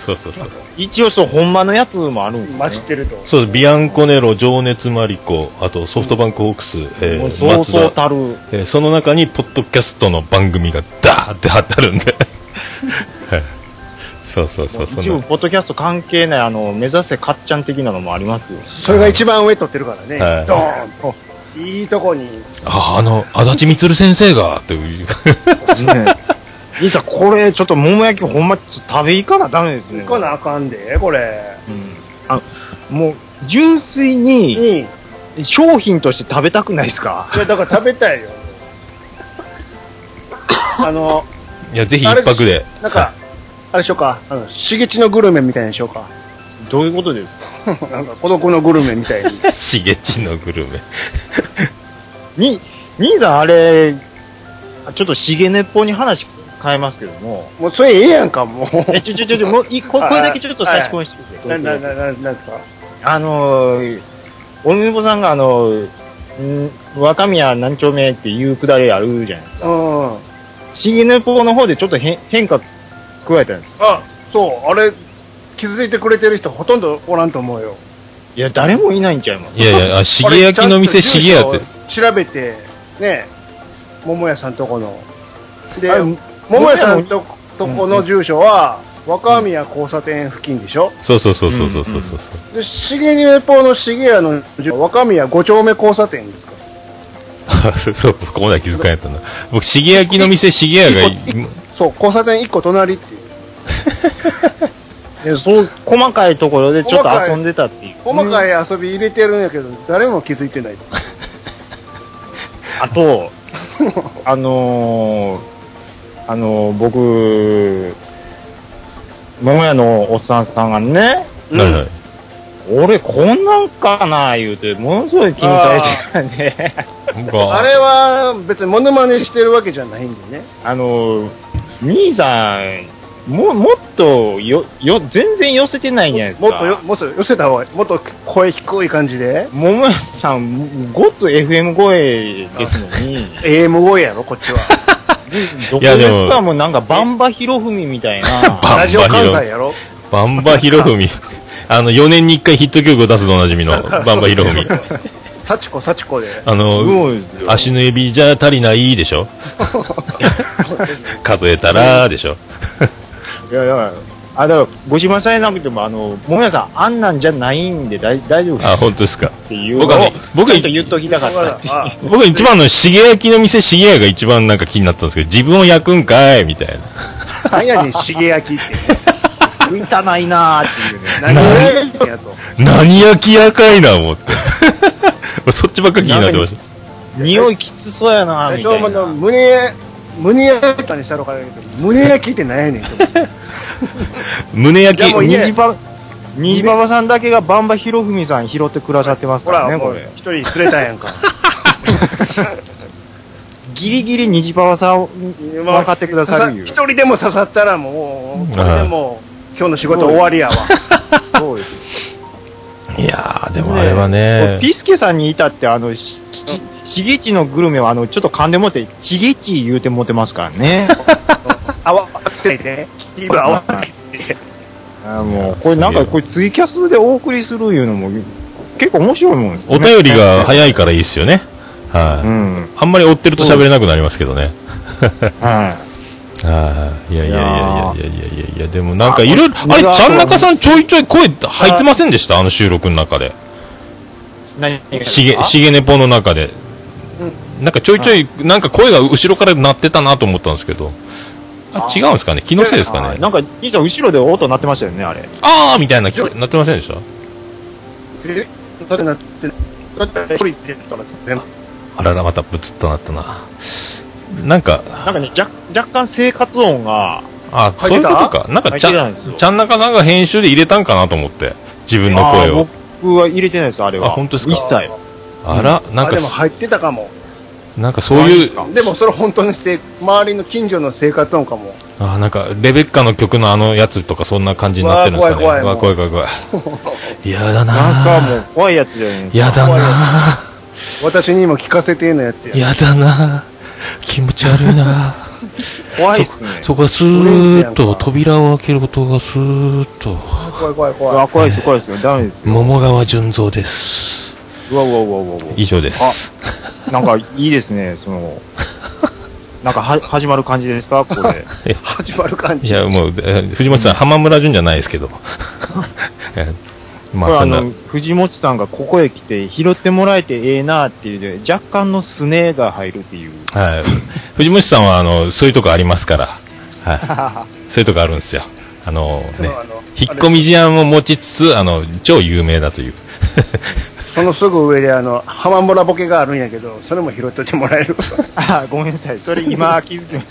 そうそうそう一応そう、ほんまのやつもあるんですね混じってると。そうビアンコネロ、情熱マリコ、あとソフトバンクホークス、えもうー、そうそう松田たる。えーその中にポッドキャストの番組がダーって貼ってあるん で、はいそうそうそう、そ一部のポッドキャスト関係ないあの目指せかっちゃん的なのもありますよ。それが一番上取ってるからね。はいドーンと。いいとこに。ああの足立光先生がという、 ね え、いざこれちょっと桃焼きほんまちょっと食べ行かなダメですね。行かなあかんで、これ。うんあもう純粋にに、商品として食べたくないですかいや、だから食べたいよ。あの、いや、ぜひ一泊で。なんか、あれしようか。あの、しげちのグルメみたいにしようか。 どういうことですかなんか、孤独のグルメみたいに。 しげちのグルメ。に、兄さんあれ、ちょっと茂根っぽに話変えますけど も、もう、それええやんか、も え、ちょちょちょちょ、もういこはいこれだけちょっと差し込みしてう。くな、だな、さい。な、ななんですかあのー、おみぼさんがあのー、ん若宮何丁目っていうくだりあるじゃないですか。うん。茂根っぽの方でちょっと変変化加えたんですよあ、そう、あれ、気づいてくれてる人ほとんどおらんと思うよ。いや、誰もいないんちゃいますいやいや、あしげ焼きの店しげやって。調べて、ね、桃屋さんとこの。で、あれ桃屋さんととこの住所は、若宮交差点付近でしょそうそうそうそうそうそうそう。で、茂根ぽの茂屋の住所は若宮五丁目交差点ですかあそう そう、ここまでは気づかんやったな。僕、しげ焼きの店しげやがい、一個そう、交差点一個隣っていう。でそう、細かいところでちょっと遊んでたっていう。細かい遊び入れてるんやけど、誰も気づいてない。あと、あのー、あのー、僕、桃屋のおっさんさんがね、うんはいはい。俺こんなんかな言うて、ものすごい気にされてたんで、僕はあれは別にモノマネしてるわけじゃないんでね。あのー、兄さん、も、もっとよ、よ、全然寄せてないんじゃないですもか。っとよ、もっと寄せた方がいい。もっと声低い感じで。桃屋さん、ごつ FM 声ですのに、 AM 声やろ、こっちは。どこいやででもすかもうなんかバンバヒロフミみたいな。バン バラジヒオロ関西やろ。バンバヒロ フミ。あの、4年に1回ヒット曲を出すでおなじ みの、バンバヒロフミ。幸子幸子で。 あの、そうですよ足の指じゃ足りないでし ょ数えたらでしょいやいや、あ、だから、ご自慢されなくても、あの、もやさん、あんなんじゃないんで、大大丈夫であ、す本当ですか。っていうのを、僕はね僕はちょっと言っときたかった っていう。あ僕一番の、しげ焼きの店しげやが一番なんか気になったんですけど、自分を焼くんかいみたいなんやねん、茂焼きって。食いたないなーっていうね。何をやってんやと。な。何焼きやかいな、思って。 そっちばっか気になってました。 匂いきつそうやなー最み初はたいもうな。胸、胸焼きにしたろかねんけど、胸焼きってなんやねんと思って。胸い焼やきもう、家虹ば、虹ばばさんだけがバンバヒロフミさん拾ってくださってますほからね、ら、もこうれ。一人連れたやんか。ギリギリ虹ばばさんを分かってくださるよ一。人でも刺さったらもう、これでもう、今日の仕事終わりやわ。そうです。いやー、でもあれはね、ピスケさんに至って、あの、し、ししげちのグルメは、あの、ちょっと噛んでもって、ちげち言うてもてますからね。慌ててね。今慌てて。 あもうこれなんかこれツイキャスでお送りするいうのも結構面白いもんですね。お便りが早いからいいっすよね。はい、うん。あんまり追ってると喋れなくなりますけどね。はああ、いやいやいやいやいやいやいやいや、でもなんあかいろいろ、あれ、これちゃん中さんちょいちょい声入ってませんでしたあの収録の中で。い。何がしげ、しげねぽの中で。なんかちょいちょい、なんか声が後ろから鳴ってたなと思ったんですけど。あ違うんですかね気のせいですかあねなんか、兄さん後ろで音鳴ってましたよね、あれ。あーみたいな、なってませんでしたえだってなって、だって一人でやったら全部。あらら、またブツッとなったな。なんか、なんかね、若若干生活音があ、そういうことか。なん入かっちてゃたん、んですよ。ちゃん中さんが編集で入れたんかなと思って。自分の声あーを。僕は入れてないです、あれは。あ本当ですか一切。あら、なんあ、かで、も入ってたかも。なんかそういう、でもそれ本当にせ周りの近所の生活音かも。あーなんか、レベッカの曲のあのやつとかそんな感じになってるんですかね。わーわー怖怖い怖い怖い。やだななんかもーう怖いやつじゃないですか。やだなー私にも聞かせてのやつや。やだなー気持ち悪い なー怖いっすね。そこがスーッと扉を開けることがスーッと怖い怖いう怖いわ、。怖いっす、怖いっすよ。ダメですよ。桃川純三ですうわ、うわ、うわ、うわ、うわ。以上ですなんか、いいですね、そ の、なんかは、始まる感じですか、これ。始まる感いじ。やもう、えー藤本さん浜村純じゃないです けどえー こまあれそあんなの藤本さんがここへ来て拾ってもらえてええなっていうで若干のすねが入るっていうはい、藤本さんはあのそういうとこありますから、 はい、そういうとこあるんですよあのでねもあの引っ込み思案を持ちつつあの超有名だというそのすぐ上であの浜村ボケがあるんやけどそれも拾っといてもらえる あーごめんなさい。それ今気づきまし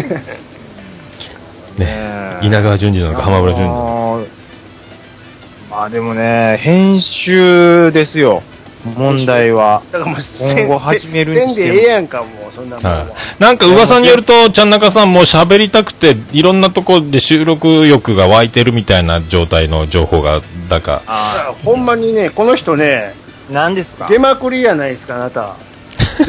た。 ね、稲川淳二なのか浜村淳二なのかあーまあでもね、編集ですよ。問題は。だからもう今後始めるにしてもせんでええやんかもうそんなもんは、はい、なんか噂によると、ちゃん中さんも喋りたくて、いろんなとこで収録欲が湧いてるみたいな状態の情報が、だだかか、あらほんまにねこの人ねー何ですか出まくりやないですかあなただ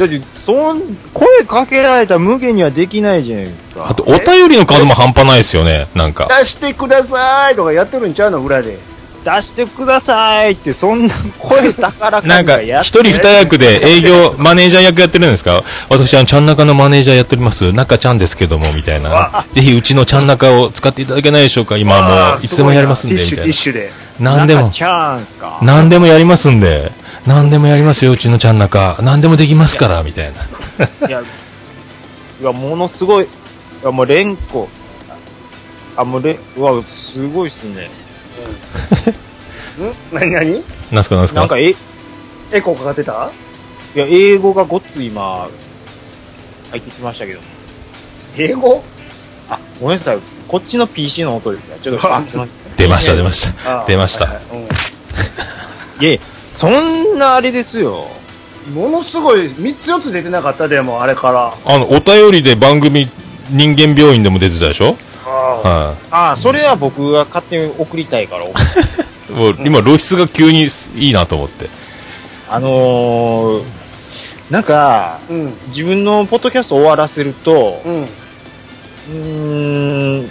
ってそん、声かけられた無限にはできないじゃないですあか。とお便りの数も半端ないですよね、なんか。出してくださいとかやってるんちゃうの裏で出してくださいって、そんな声高らなかんにか、はや一っ人二役で営業、マネージャー役やってるんですか私、あの、ちゃん中のマネージャーやっております。中ちゃんですけども、みたいな。ぜひ、うちのちゃん中を使っていただけないでしょうか今はもう、いつでもやりますんで、ティッみシュたティいッシュでな。何でなんもか、チャンスか。何でもやりますんで、何でもやりますよ、うちのちゃん中。何でもできますから、みたいな。いや、いや、ものすごい、いや、もう連呼。あ、もうれ、うわ、すごいっすね。ん何何なんすか、なんすなかんか、え、いエコーかかってたや、英語がごっつ今、入ってきましたけど。英語あ、ごめんなさい。こっちの PC の音ですね。ちょっと、あすいません出ました、出ました。出ましはいた。はいうんいえ、そんなあれですよ。ものすごい3つ4つ出てなかったでもあれからあの、お便りで番組、人間病院でも出てたでしょあはあ、それは僕が勝手に送りたい から。い。もう、今、露出が急にいいなと思って。あのー、なんか、うんうん自分のポッドキャスト終わらせると、うーん、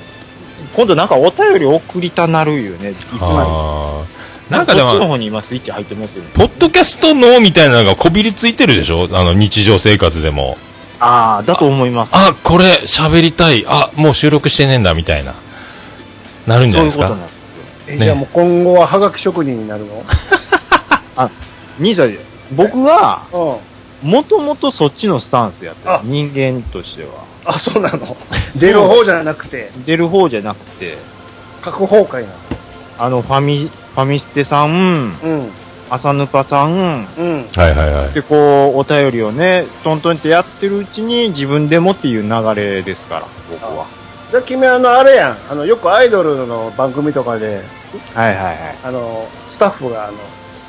今度なんかお便り送りたなるよね。ああ。ななんんかかでそっもちの、方に今スイッチ入って持ってる。ポッドキャストのみたいなのがこびりついてるでしょあの、日常生活でも。ああ、だと思います。あ、これ喋りたい。あ、もう収録してねえんだ、みたいな。なるんじゃそういないでうすことなかの。えねじゃあもう今後はハガキ職人になる の兄さん、僕は、うんもともとそっちのスタンスやったあ。人間としては。あそうなの出る方じゃなくて出る方じゃなくて、核崩壊なあの、ファミ、ファミステさん、の浅ぬかさん、うんうんはいはいはい。で、こう、お便りをね、トントンってやってるうちに自分でもっていう流れですから、僕は。じゃあ君あのあれやんあのよくアイドルの番組とかではいはいはい。あのスタッフがあの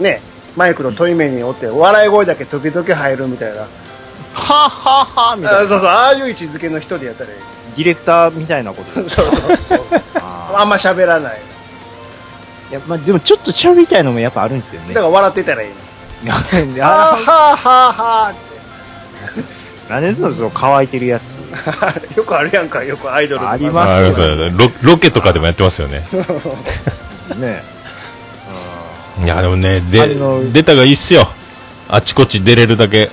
ねマイクの問い目におって笑い声だけ時々入るみたいなはっはっはみあたそういな。そうああいう位置づけの人でやったらいいディレクターみたいなことです そうそうそうああんま喋らないーいや、まあ、でもちょっと喋りたいのもやっぱあるんですよねだか。ら笑ってたらいいのあ ーあはーはーはーってー何ですのその乾いてるやつ。 よくあるやんか、よくアイドルありあますあよりがとうございますロロケとかでもやってますよ ね。ね。いや、でもね、あでの、出たがいいっすよ。あちこち出れるだけ。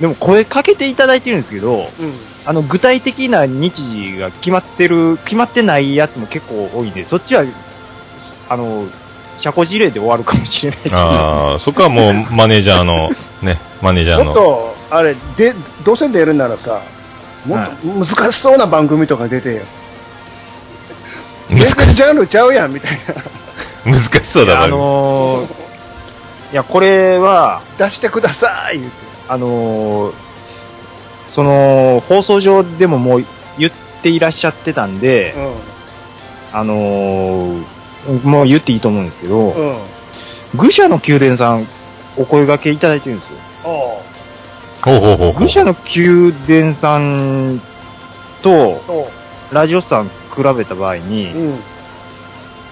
でも声かけていただいてるんですけど、うん。あの、具体的な日時が決まってる、決まってないやつも結構多いんで、そっちは、そあの、社交辞令で終わるかもしれない。ああ、そこはもうマネージャーの、ね、マネージャーもっの。と、あれ、で、どうせ出るならさ、もっと難しそうな番組とか出てよ。全難然し、ジャンルちゃうやんみたい難しそうだあな。のーいや、これは、 な。出してください言って。あのーその、放送上でももう言っていらっしゃってたんでう、ん。あのーもう言っていいと思うんですけど、うん。愚者の宮殿さん、お声掛けいただいてるんですよ。おうほうほうほうほ愚う。者の宮殿さんと、おう。ラジオさん比べた場合に、うん。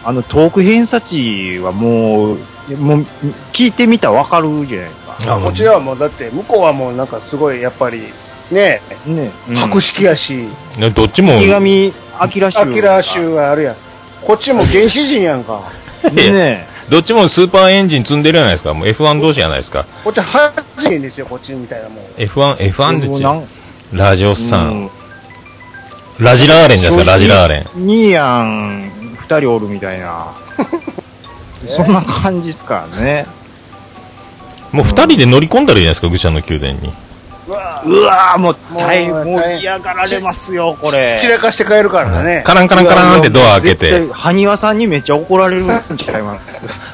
あの、トーク偏差値はもう、いやもう、聞いてみたらわかるじゃないですか。あもうこっちらはもう、だって、向こうはもうなんかすごい、やっぱり、ね、ね。博識やし、ねどっちも、池上明ア衆。キラ州があるやん。こっちも原始人やんか。ね。どっちもスーパーエンジン積んでるじゃないですか。もう F1 同士じゃないですか。こっちは8人ですよ、こっちみたいなもん。 F1、F1 でもうすなよ。んラジオスさ。うんラジラーレンじゃないですか、ラジラーレン。ニーヤン二人おるみたいな。そんな感じっすからね。もう二人で乗り込んだらいいじゃないですか、愚者の宮殿に。うわうわーもう大もうもう嫌がられますよ、これ。散らかして帰るからね。カランカランカランってドア開け絶て、対埴輪さんにめっちゃ怒られるんちゃいます。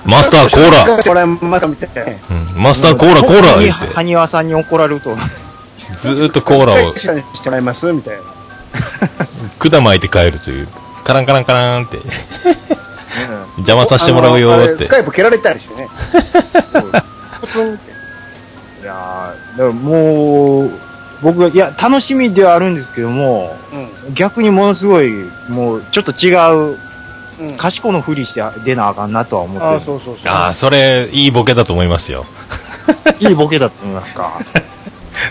マスターコーラ、これまた見て。コうんマスターコーラコーラ言って、埴輪さんに怒られる と思う。ずーっとコーラをしてもらいますみたいな。管巻いて帰るという、カランカランカランって、邪魔させてもらうよーっあのあれスて。カイプ蹴られたりしてね。普通に。いやーだからもう、僕が、いや、楽しみではあるんですけども、逆にものすごい、もう、ちょっと違う、うん。うん。賢のふりして出なあかんなとは思ああ、ってそうそうそう。ああ、それ、いいボケだと思いますよ。る。いいボケだと思います か。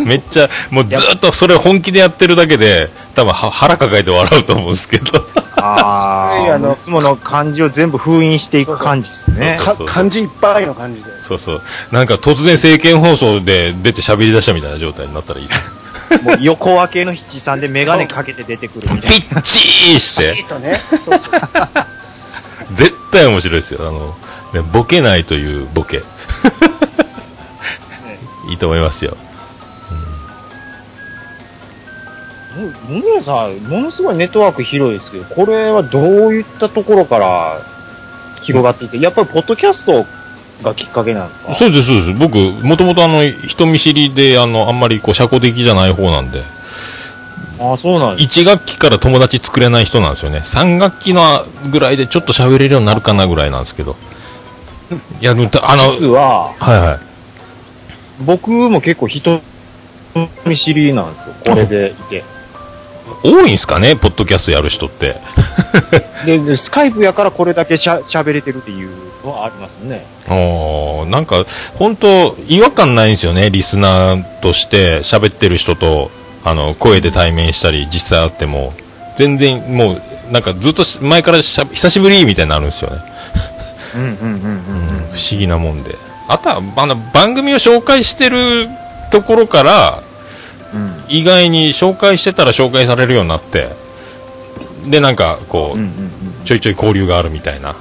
めっちゃ、もうずーっとそれ本気でやってるだけで、多分は腹抱えて笑うと思うんですけど。 あいやああのいつもの漢字を全部封印していく感じですね。か漢字いっぱいの感じで。そうそう。なんか突然政見放送で出て喋り出したみたいな状態になったらいい。もう横分けの七三でメガネかけて出てくるみたピいッチーしいいて、と ね。そうそう。絶対面白いですよ。あの、ね、ボケないというボケ。いいと思いますよ。な。もう野村さん、ものすごいネットワーク広いですけど、これはどういったところから広がっていって、やっぱりポッドキャストがきっかけなんですかそうです、そうです。僕、もともとあの、人見知りで、あの、あんまりこう、社交的じゃない方なんで、ああ、そうなんです1学期から友達作れない人なんですよね。3学期のぐらいでちょっと喋れるようになるかなぐらいなんですけど。いや、でもたあの、実は、はいはい。僕も結構人見知りなんですよ、これでいて。多いんすかね、ポッドキャストやる人って。で、でスカイプやからこれだけしゃ喋れてるっていうのはありますね。おーなんか、本当違和感ないんですよね、リスナーとして、喋ってる人と、あの、声で対面したり、実際会っても、全然、もう、なんかずっとし前からしゃ久しぶりみたいになるんですよね。うんうんうんううん不思議なもんで。あとは、あの、番組を紹介してるところから、うん。意外に紹介してたら紹介されるようになって、で、なんか、こうんうんうう、んちょいちょい交流があるみたいな。あ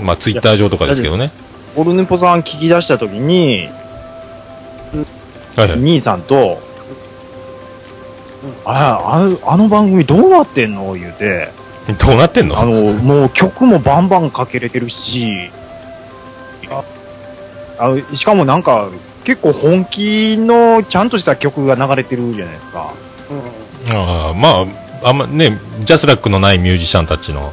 まあ、ツイッター上とかですけどね。オルネポさん聞き出した時に、はいはい。兄さんと、ああのあの番組どうなってんの言うて、どうなってんのあの、もう曲もバンバンかけれてるし、あのしかもなんか、結構本気のちゃんとした曲が流れてるじゃないですか。うああまあ、あんまね、ジャスラックのないミュージシャンたちの。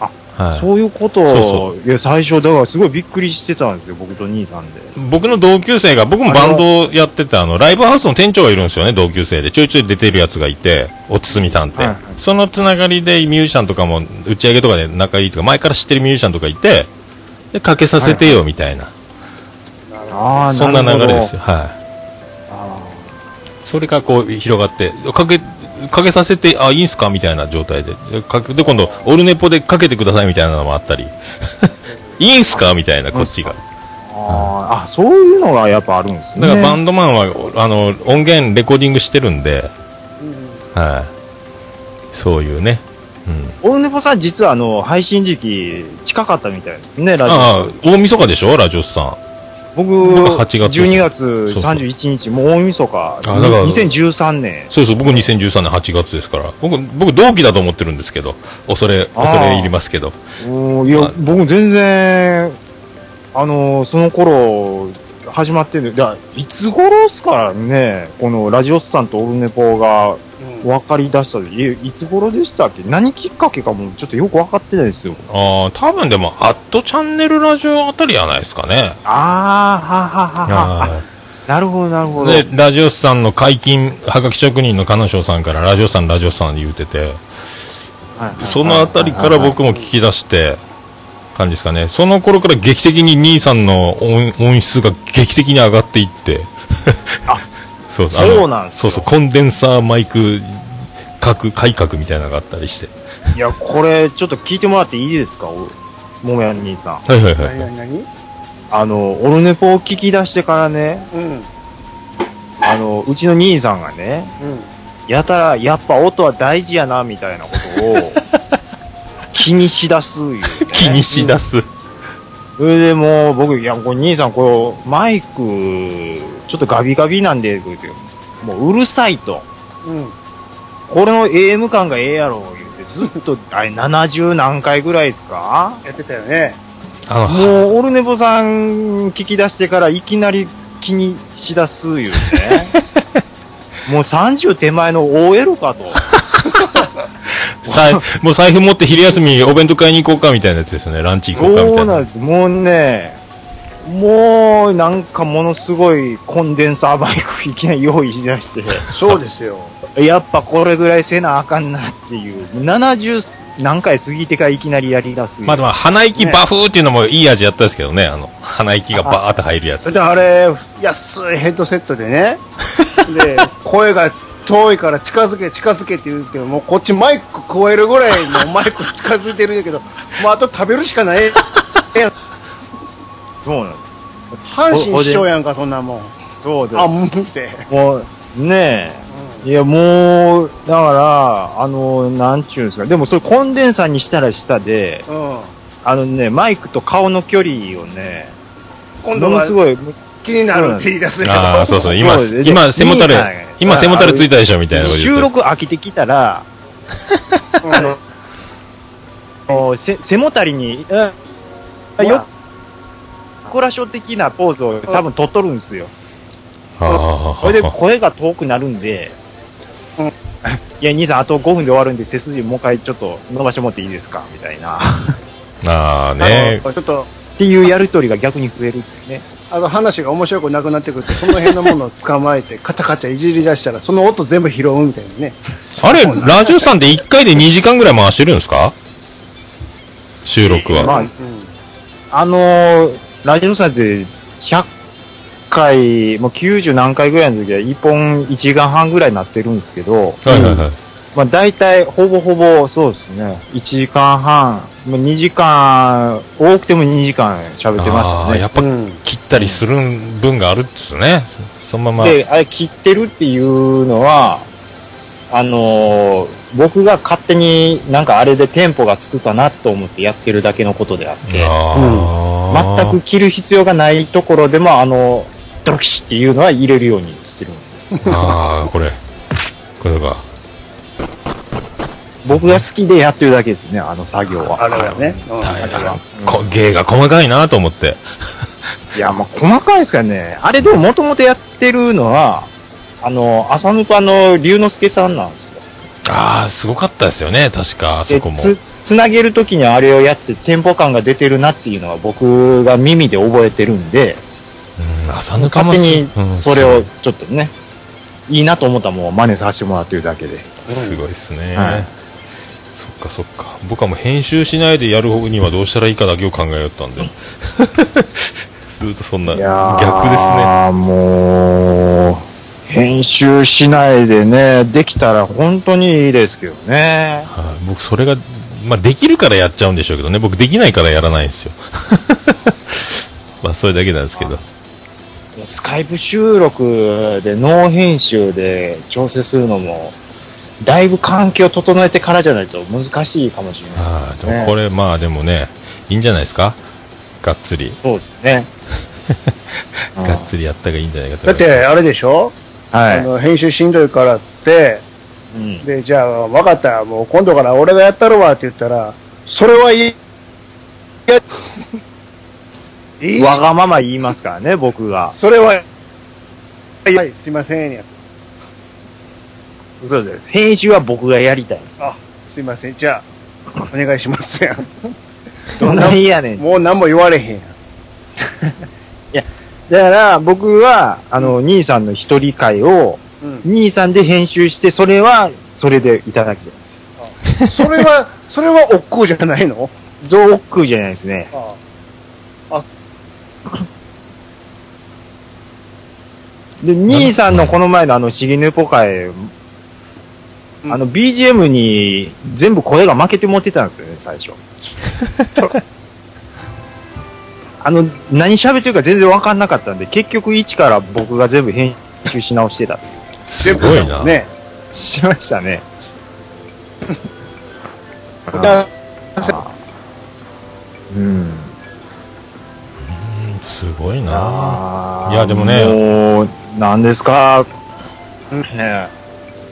あはい、そういうことを、そいや最初、だからすごいびっくりしてたんですよ、僕と兄さんで。僕の同級生が、僕もあれはバンドやってた、あの、ライブハウスの店長がいるんですよね、同級生で。ちょいちょい出てるやつがいて、おつすみさんって。はいはいそのつながりでミュージシャンとかも、打ち上げとかで仲いいとか、前から知ってるミュージシャンとかいて、で、かけさせてよ、みたいな。あそんな流れですよ。よ。はい。それがこう、広がって、かけ、かけさせて、あ、いいんすかみたいな状態で。かけで、今度、オルネポでかけてくださいみたいなのもあったり。 いいんすかみたいな、こっちが。あーあ、そういうのがやっぱあるんですね。だからバンドマンは、あの、音源レコーディングしてるんで、んうん。はい。そういうね。うん。オルネポさん、実はあの配信時期、近かったみたいですね、ラジああオ。、大晦日でしょラジオスさん。僕、僕8月12月そうそう31日、もう大晦日だから2013年。そうそう、僕2013年8月ですから。僕、僕同期だと思ってるんですけど。恐れ、恐れ入りますけど。おーいや、はい僕、全然、あのその頃始まってる、いやいつ頃っすからね、このラジオスさんとオルネポがうん分かり出したのいいつ頃でしたっけ何きっかけかもちょっとよく分かってないですよ。ああ、多分でも、アットチャンネルラジオあたりじゃないですかね。あー、はははは。なるほど、なるほど。で、ラジオスさんの解禁、はがき職人の金賞さんから、ラジオスさん、ラジオスさん言うてて、そのあたりから僕も聞き出して、感じですかね。その頃から劇的に兄さんの音音質が劇的に上がっていって、あ そうそうあのなんですそようそう、コンデンサーマイク革改革みたいなのがあったりして。いや、これ、ちょっと聞いてもらっていいですか、おももやん兄さん。はいはいはい。何何何あの、オルネポを聞き出してからね、うん。うん。あの、うちの兄さんがね、やたら、やっぱ音は大事やな、みたいなことを、気にしだすいう、ね。 気にしだす。それでもう、僕、いや、これ兄さん、これ、マイク、ちょっとガビガビなんで、言うてもううるさいと。うん。これの AM 感がええやろ、言って、ずっと、あれ、70何回ぐらいですかやってたよね。あの、もう、オルネボさん聞き出してからいきなり気にしだす言うね。もう30手前の OL かと。財もう財布持って昼休みお弁当買いに行こうかみたいなやつですよね。ランチ行こうかみたそういな。なんです。もうね、もうなんかものすごいコンデンサーバイクいきなり用意しだしそうですよ。て、やっぱこれぐらいせなあかんなっていう、70何回過ぎてからいきなりやりだす。まあでも鼻息バフーっていうのもいい味やったですけどね。あの、鼻息がバーって入るやだっつ。てあれ、安いヘッドセットで ね。で、声が遠いから近づけ近づけって言うんですけど、もうこっちマイク超えるぐらいのマイク近づいてるんだけど、もうあと食べるしか ない。えそうなんで阪神師匠やんか、そんなもん。す。そうですあ、。うんって。もう、ねえ。いや、もう、だから、あの、なんちゅうんですか。でも、それコンデンサーにしたら下で、うん。あのね、マイクと顔の距離をね、今も度のはすごい、気になるって言い出すけど。ああ、そうそう。今そうで、す今背もたれいいじゃない、今背もたれついたでしょみたいなこと言って収録飽きてきたら、うん。あおせ背もたれに、うん、よっこらしょ的なポーズを多分取っとるんですよ。あそれで 声が遠くなるんでうん、いや、兄さん、あと5分で終わるんで、背筋もう一回ちょっと伸ばしてもらっていいですかみたいな。あ、ああのね。ちょっと、っていうやりとりが逆に増えるってね。あの話が面白くなくなってくると、その辺のものを捕まえて、カチャカチャいじり出したら、その音全部拾うみたいなね。あれ、ラジオさんで1回で2時間ぐらい回してるんですか収録は。まあうんあのーラジオさんって100回、もう90何回ぐらいの時は1本1時間半ぐらいになってるんですけど、はいはいはい。まあ大体ほぼほぼそうですね、1時間半、まあ2時間、多くても2時間喋ってましあたあ、ねや。っぱうん切ったりする分があるっすね。そのまま。で、あれ切ってるっていうのは、あのー僕が勝手になんかあれでテンポがつくかなと思ってやってるだけのことであって。ああ全く切る必要がないところでも、あの、ドキシっていうのは入れるようにしてるんですよ。ああ、これ。これか。僕が好きでやってるだけですね、あの作業は。あるよね。うん大だから変こ芸が細かいなと思って。いや、まあ、細かいですからね。あれでももともとやってるのは、あの、浅野とあの、龍之介さんなんですよ。ああ、すごかったですよね。確か、あそでこも。つ、つなげるときにあれをやって、テンポ感が出てるなっていうのは僕が耳で覚えてるんで、うん、朝ぬか勝も手すにうんそれをちょっとね、いいなと思ったらもう真似させてもらってるだけで。すごいですね、はいそっかそっか僕はもう編集しないでやる方にはどうしたらいいかだけを考えよったんで ずっとそんないやー逆ですねもう、編集しないでね、できたら本当にいいですけどね。はい僕それが、まあ、できるからやっちゃうんでしょうけどね僕できないからやらないんですよ まあそれだけなんですけどスカイプ収録で、ノー編集で調整するのも、だいぶ環境を整えてからじゃないと難しいかもしれない。あーでもこれ、まあでもねいいんじゃないですかがっつりそうですね。うんがっつりやった方がいいんじゃないかとだって、あれでしょはあい。の、編集しんどいからっつって、うんで、じゃあ、わかった、もう今度から俺がやったるわって言ったら、それはいい。いや、いいわがまま言いますからね、僕が。それは、はい、すいません。そうです。編集は僕がやりたいんです。あ、すいません。じゃあ、お願いしますやん。どんなにやねん。もう何も言われへんやん。だから、僕は、あの、兄さんの一人会を、うん。兄さんで編集して、それは、それでいただきたいんですよ。それは、それは億劫じゃないのゾウオックじゃないですね。あで、兄さんのこの前のあの、シゲヌポ会、あの、BGM に全部声が負けて持ってたんですよね、最初。 あの、何喋ってるか全然わかんなかったんで、結局一から僕が全部編集し直してた。すごいな、ね。しましたね。だうん。うんすごいないいやでもねもう、なんですか、ね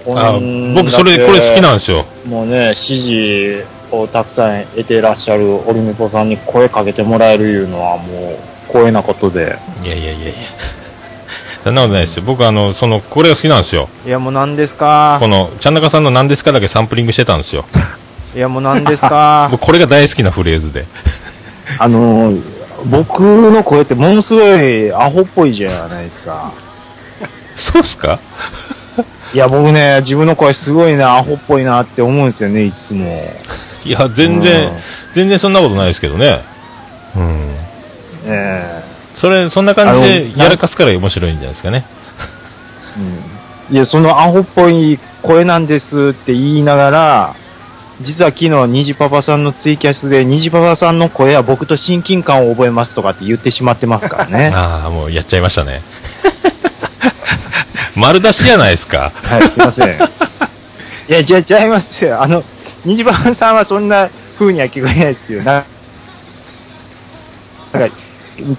あ僕、それ、これ好きなんですよ。もうね、支持をたくさん得ていらっしゃるオルネポさんに声かけてもらえるいうのはもう光栄なことで。いやいやいやいや。そんなことないですよ。僕、あの、その、これが好きなんですよ。いやもう何ですかこの、ちゃんなかさんの何ですかだけサンプリングしてたんですよ。いやもう何ですか 僕、これが大好きなフレーズで。あのー、僕の声ってものすごいアホっぽいじゃないですか。そうっすかいや、僕ね、自分の声すごいね、アホっぽいなって思うんですよね、いつも。いや、全然うん、全然そんなことないですけどね。うん。えそれ、そんな感じあでのやらかすから面白いんじゃないですかね。えうん。いや、そのアホっぽい声なんですって言いながら、実は昨日、虹パパさんのツイキャスで、虹パパさんの声は僕と親近感を覚えますとかって言ってしまってますからね。 ああ、もうやっちゃいましたね。 丸出しじゃないですか。はい、すいません。いや、じゃあ、違いますよ。あの、虹パパさんはそんな風には聞こえないですけど、ななんか、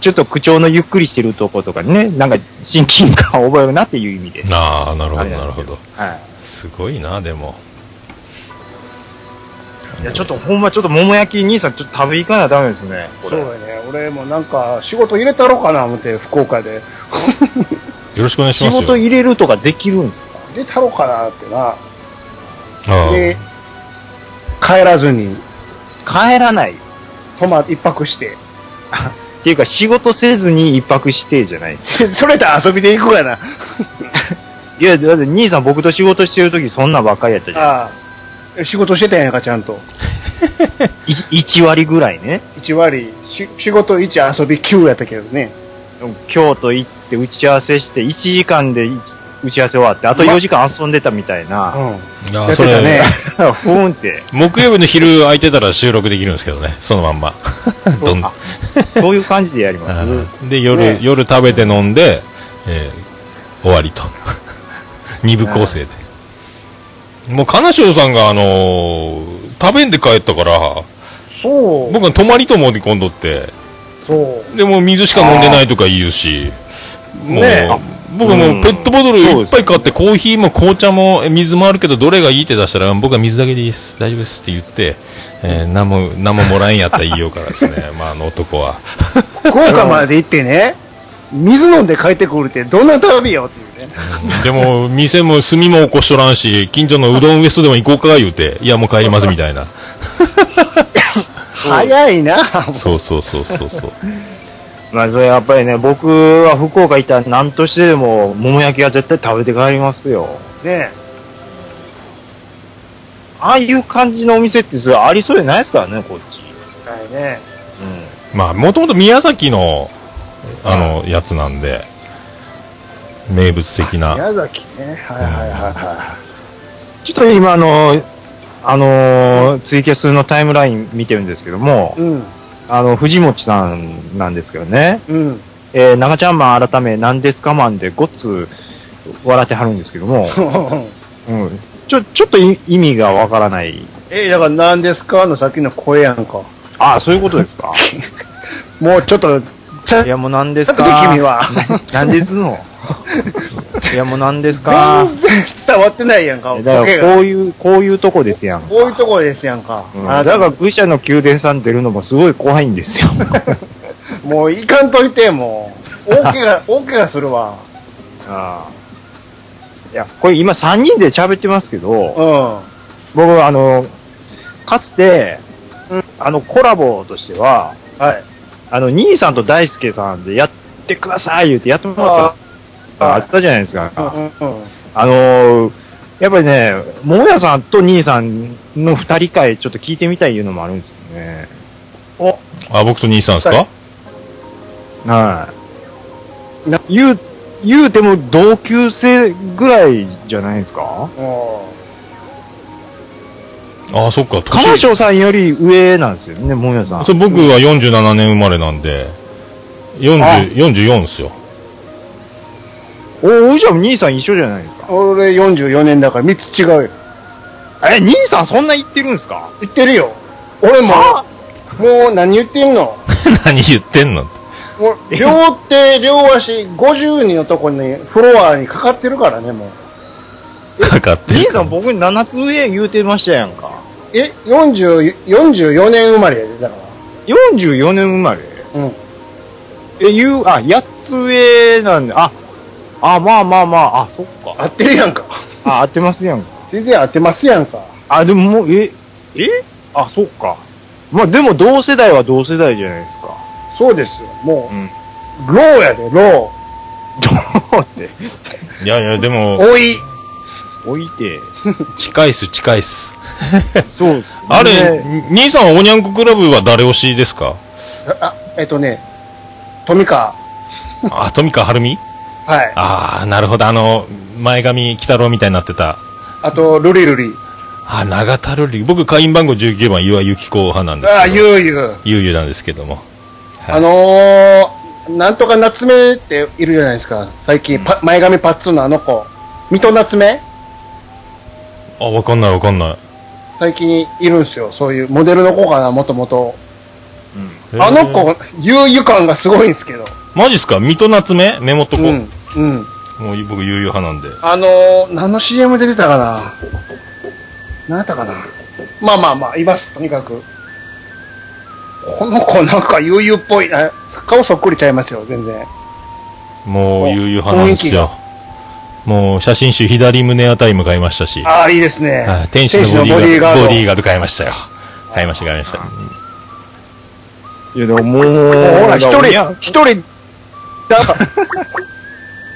ちょっと口調のゆっくりしてるとことかにね、なんか親近感を覚えるなっていう意味で。ああ、なるほあど、れななんるですほけどど。はい。すごいな、でも。いや、ちょっと、ほんま、ちょっと、桃焼き兄さん、ちょっと食べ行かなダメですね。こそうれやね。俺もなんか、仕事入れたろうかな、思って、福岡で。よろしくお願いし仕ます事よ。入れるとかできるんですか入れたろうかな、ってな。ああで、帰らずに、帰らない。っ泊ま、一泊して。 ていうか、仕事せずに一泊してじゃないです。それと遊びで行くかな。いや、だって兄さん、僕と仕事してるとき、そんなんばっかりやったじゃないああ。仕事してたんやんか、ちゃんと。ですか。い1割ぐらいね。 1割、し仕事1、遊び9やったけどね。京都行って打ち合わせして、1時間でい打ち合わせ終わって、あと4時間遊んでたみたいな。 うん。いややってそたれ、ね。ふーんって、木曜日の昼空いてたら収録できるんですけどね、そのま んま。どんあそういう感じでやりまうんで、夜、ね夜食べて飲んで、えー終 わりと。二部構成で。もう、金城さんが、あのー食べんで帰ったから、そう。僕は泊まりと思って今度って、そう。でもう水しか飲んでないとか言うし、もねう、え僕はもううんペットボトルいっぱい買って、コーヒーも紅茶もえ水もあるけど、どれがいいって出したら、僕は水だけでいいです、大丈夫ですって言って、えー、何も、何ももらえんやったら言いようからですね、 まあ、あの男は。福岡まで行ってね、水飲んで帰ってくるってどんな旅よっていうね。でも、店も炭も起こしとらんし、近所のうどんウエストでも行こうか言うて、いや、もう帰りますみ たいな。早いな。そうそうそうそうそう。す。まあ、それやっぱりね、僕は福岡行ったら何としてでも、桃焼きは絶対食べて帰りますよ。ねああいう感じのお店ってそれありそうでないですからね、こっち。はいね。うまあ、もともと宮崎の、あの、やつなんで、名物的な。宮崎ね。はいはいはいはん、ちょっと今、あの、あのーツイキャスのタイムライン見てるんですけどもい。、うん。あの、藤本さんなんですけどね、うん。えー、長ちゃんマン改め、なんですかマンでごっつ笑ってはるんですけども、うん、ちょ、ちょっとい意味がわからない。え、だから何ですかの先の声やんか。ああ、そういうことです かもうちょっと、ちゃんいやもう何ですとか君は。なんです のいやもう何ですか全然伝わってないやんか。ボだからケこが。ういう、こういうとこですやん。こういうところですやんか。うんあだから、愚者の宮殿さん出るのもすごい怖いんですよ。もういかんといて、もう。大怪我、大怪我するわ。ああいや、これ今3人で喋ってますけど、う僕、あの、かつてうん、あの、コラボとしては、ん。はい。あの、兄さんと大輔さんでやってください言ってやってもらったあったじゃないですか。あうんうんうん。あのーやっぱりね、桃屋さんと兄さんの二人会ちょっと聞いてみたいいうのもあるんですよね。あ、僕と兄さんですかはい。な言う、言うても同級生ぐらいじゃないですかもあそっか、金そ賞さんより上なんですよね、桃屋さん。う僕は47年生まれなんで、40 44っすよ。おお、じゃあ兄さん一緒じゃないですか。う俺44年だから3つ違うよ。え、兄さんそんな言ってるんですか言ってるよ。俺も、もう何言ってんの 何言ってんのもう両手、両足、52のとこに、フロアにかかってるからね、もう。かかって兄るさん、僕7つ上言うてましたやんか。え、40、44年生まれやで、だか44年生まれら。うん。え、言う、あ、8つ上なんで、あ、あ、まあまあまあ、あ、そっか。合ってるやん か。あ、合ってますやんか。全然合ってますやんか。あ、でももう、え、えあ、そっか。まあでも同世代は同世代じゃないですか。そうですよ。もうん。う、ローやで、ロどうって、いやいや、でー。も、おい。置いて。近いっす、近いっす。そうです、ね。あれ、兄さんはおにゃんこクラブは誰推しですかあ、えっとね、富川。あ、富川晴美はい。ああ、なるほど。あの、前髪、鬼太郎みたいになってた。あと、ルリルリ。あ、長田瑠璃。僕、会員番号19番、岩井由紀子派なんですけど。あ、ゆうゆう。ゆうゆうなんですけども。はいあのー、なんとか夏目っているじゃないですか。最近、パ前髪パッツンのあの子。水戸夏目あ、わかんないわかんない。最近いるんですよ。そういうモデルの子かな、もともと。へーあの。子、悠々感がすごいんですけど。マジっすか水戸夏目メモっとこうう。ん。うん。もう僕、ゆうゆう派なんで。あのー、何の CM で出てたかな何やったかなまあまあまあ、います、とにかく。この子なんか悠々っぽいな。顔そっくりちゃいますよ、全然。もう、おゆうゆう派なんですよ。もう、写真集、左胸あたりも買いましたし。ああ、いいですねはい。天使のボ天ディーガード。ボディーが。ガード買いましたよ。買いました、買いました。いや、でももう、ほほら、一人人、一人、だか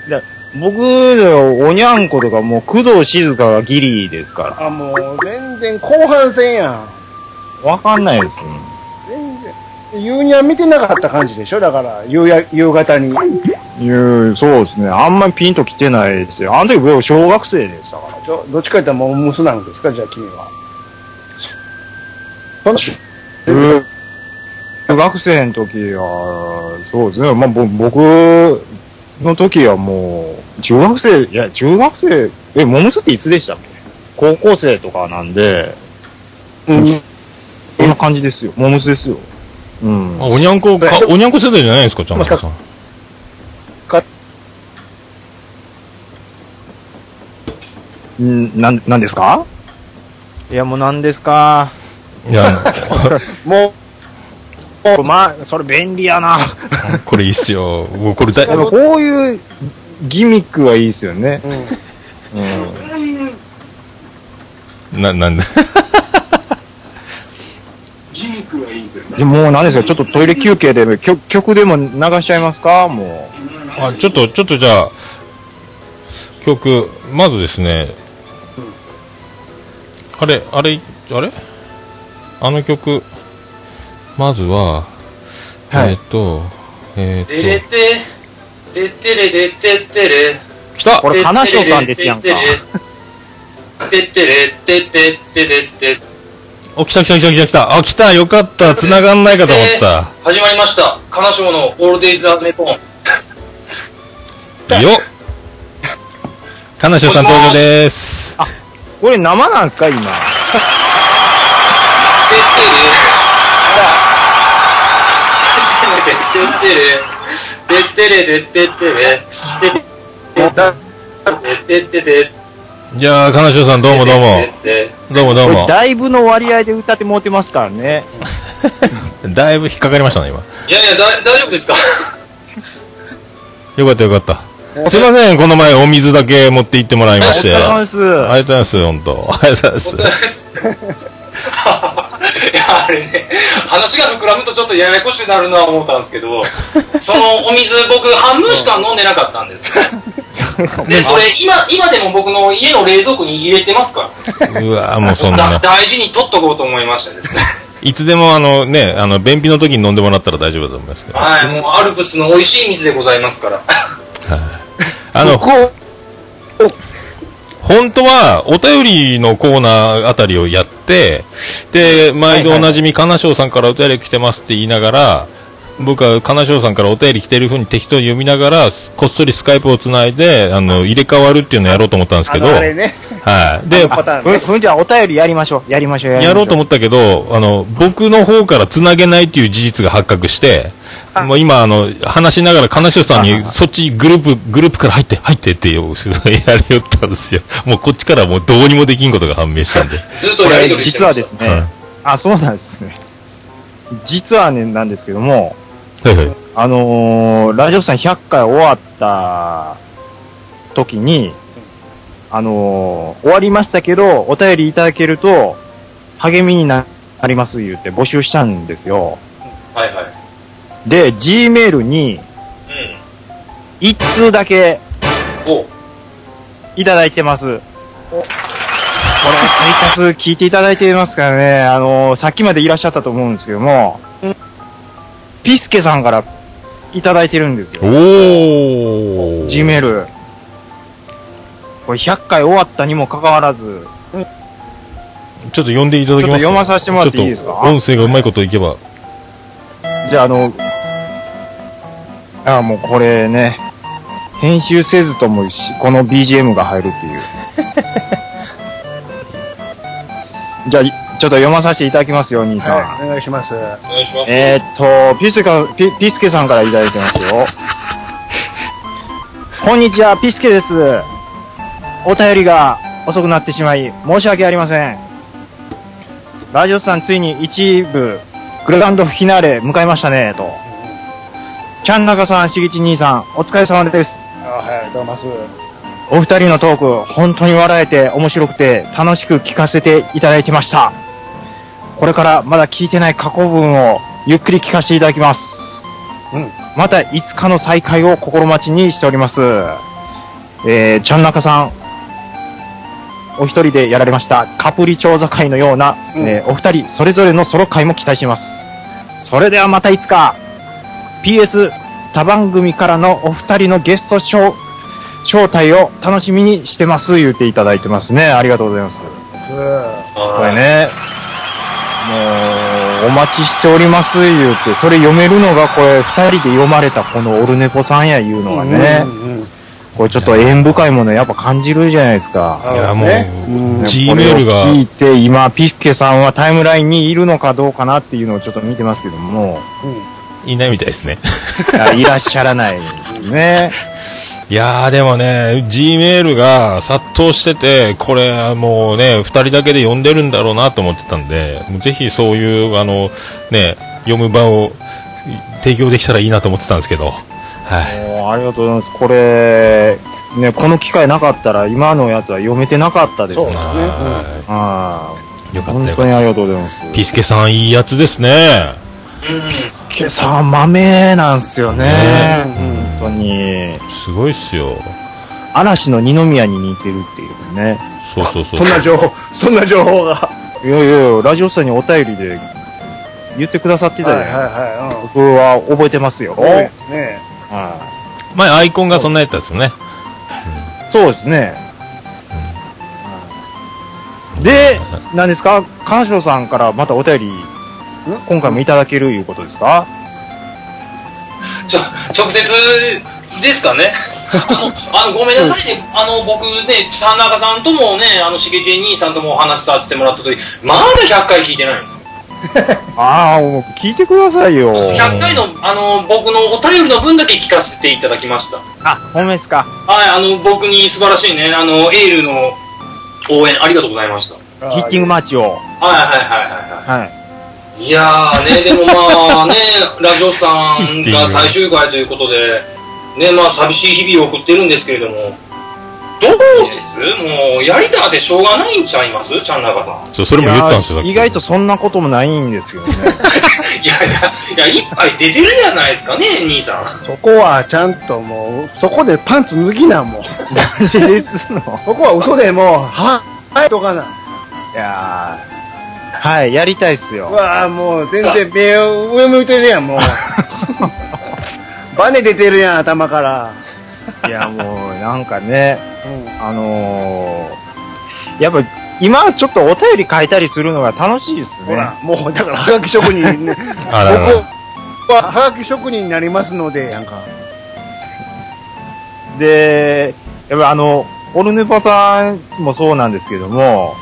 ら、僕、おにゃんことかもう、工藤静香がギリですかあ、もう、全然後半戦やん。ら。わかんないですね。全然。ゆうにゃん見てなかった感じでしょだから、夕や夕方に。いや、そうですね。あんまりピンときてないですよ。あの時僕、小学生でしたから。どどっちか言ったらもう娘なんですかじゃあ君は。その小学生の時は、そうですね。まあ、ぼ僕の時はもう、中学生、いや、中学生、え、モムスっていつでしたっけ高校生とかなんで、うんこんな感じですよ。モムスですよ。うん。あおにゃんこか、おにゃんこ世代じゃないですか、ちゃんまさん。んなん、なんですかいや、もう何ですかいや、あもまあ、それ便利やな。のこれいいっすよ。もうこれだい、こういうギミックはいいですよね。う、うん。な、なんだ。でもう何ですか、ちょっとトイレ休憩で曲曲でも流しちゃいますかもう。あ、ちょっと、ちょっとじゃあ、曲、まずですね、あれ、あれ、あれあの曲、まずはは、いえーっと、えーっと、でれて、でってれでってってれ。来たこれ、でってれ金城さんですやんか。。でってれでってってれで。お、来た来た来た来た来た。あ、来た、よかった。繋がんないかと思った。始まりました。金城のオールデイズアメコン。よっ金城さん登場でーす。これ生なんですか今。でってれでってってれ。でってれでってってれ。でってれでってってれ。でってれでってじゃあ、金城さんどうもどうも。れ。どうもどこうれも。だいぶの割合で歌ってもうてますからね。だいぶ引っかかりましたね、今。いやいや、だ大丈夫ですかよかったよかった。すいません、この前お水だけ持って行ってもらいまお疲して。れ様あです。りがとうございます、本当。ありがとうござい本ま当す。です。 いやあれね、話が膨らむとちょっとややこしくなるなと思ったんですけ ど、そのお水、僕、半分しか飲んでなかったんですね。で、それ今、今でも僕の家の冷蔵庫に入れてますかうわぁ、もうそんら、だな。大事に取っとこうと思いましたで すね。いつでもあのね、あの、便秘の時に飲んでもらったら大丈夫だと思いますけど。はい、もうアルプスの美味しい水でございますから。あの、本当は、お便りのコーナーあたりをやって、で、毎度おなじみ、金賞さんからお便り来てますって言いながら、僕は金賞さんからお便り来てる風に適当に読みながら、こっそりスカイプをつないで、あの、入れ替わるっていうのをやろうと思ったんですあけど、のあれはい。ね、で、パターンふね。ふんじゃあお便りやりましょう。やりましょう、やりましょやう。ろうと思ったけど、あの、僕の方から繋げないっていう事実が発覚して、もう今、あの、話しながら、金城さんに、そっちグループ、グループから入って、入ってってよ、やりよったんですよ。 もうこっちからはもうどうにもできんことが判明したんで。ずっとこやりれ取りして実まはしたですね、あ、そうなんですね。実はね、なんですけども、はいはい。あのーラジオさん100回終わった時に、あのー終わりましたけど、お便りいただけると、励みになります言って募集したんですよ。はいはい。で、G メールに、一通だけうん。おいただいてます。これ、ツイキャス聞いていただいていますからね、あのーさっきまでいらっしゃったと思うんですけども、ピスケさんからいただいてるんですよ。おー。 G メール。これ100回終わったにもかかわらず、ちょっと呼んでいたちょっだきますかと読まさせてもらっていいですかちょっと音声がうまいこといけば。じゃああの、あもうこれね、編集せずともしこの BGM が入るっていう。じゃあ、いちょっと読まさせていただきますよ、兄さん。はい、お願いします。お願いします。えーっと、ピスケかピ、ピスケさんからいただいてますよ。こんにちは、ピスケです。お便りが遅くなってしまい、申し訳ありません。ラジオさんついに一部、グランドフィナーレ迎えましたね、と。ちゃんなかさん、しぎち兄さん、お疲れ様です。あはい、どうもっす。お二人のトーク、本当に笑えて面白くて楽しく聞かせていただいてました。これからまだ聞いてない過去文をゆっくり聞かせていただきます。うんまたいつかの再会を心待ちにしております。えー、ちゃんなかさん、お一人でやられましたカプリ調査会のような、うんえーお二人それぞれのソロ会も期待します。それではまたいつか、PS、他番組からのお二人のゲスト招招待を楽しみにしてます、言っていただいてますね。ありがとうございます。これね、もう、お待ちしております、言うて、それ読めるのが、これ、二人で読まれたこのオルネポさんや、いうのがねう、んうんうんこれちょっと縁深いもの、やっぱ感じるじゃないですか。いや、もねう、ね G メールがこれを聞いて、今、ピスケさんはタイムラインにいるのかどうかなっていうのをちょっと見てますけども、いないみたいですね。いやいらっしゃらないですね。いやーでもね、G メールが殺到してて、これもうね、二人だけで読んでるんだろうなと思ってたんで、もうぜひそういう、あの、ね、読む場を提供できたらいいなと思ってたんですけど、はい。もうありがとうございます。これ、ね、この機会なかったら、今のやつは読めてなかったですそうね。だねははいよかった本よか当っにありがとうございます。た。ピスケさんいいやつですね。う今朝豆なんすよね。う本ん当に。すごいっすよ。嵐の二宮に似てるっていうね。そうそうそそう。んな情報、そんな情報が。はいやいやいや、ラジオさんにお便りで言ってくださっていたじゃはないですか。いはい。うん僕は覚えてますよ。多いですね。は前アイコンがそんなやったですよね。いそうですね。で、何ですか鑑賞さんからまたお便り、今回もいただけるいうことですかんちょ直接ですかね。あのあのごめんなさいね、あの僕ね、田中さんともね、あのしげじ兄さんともお話しさせてもらったとき、まだ100回聞いてないんですよ。ああ、もう聞いてくださいよ。 100回のあの僕のお便りの分だけ聞かせていただきました。あ、ほんまですか。はい、あの僕に素晴らしいね、あのエールの応援ありがとうございました。ヒヒッティングマッチを。はいはいはいはいはい。はい。いやーね、でもま あね、ラジオさんが最終回ということで、ね、まあ寂しい日々を送ってるんですけれども、どうですもう、やりたってしょうがないんちゃいますちゃんなかさん。そう、それも言ったんですよ。さっいきや意外とそんなこともないんですよね。いやいや、いや、いっぱい出てるじゃないですかね、兄さん。そこはちゃんともう、そこでパンツ脱ぎな、もう。なんでですのそこは嘘でもう、は、はいとかな。いやーはい、やりたいっすうよ。わあもう全然目を上向いてるやん、 もう。バネ出てるやん、頭から。いや、もう、なんかね、うんあのー、やっぱ、今ちょっとお便り書いたりするのが楽しいですほねら。、もうだから、はがき職人 ね、あららら。僕ははがき職人になりますので、なんか。で、やっぱあの、オルネポさんもそうなんですけども、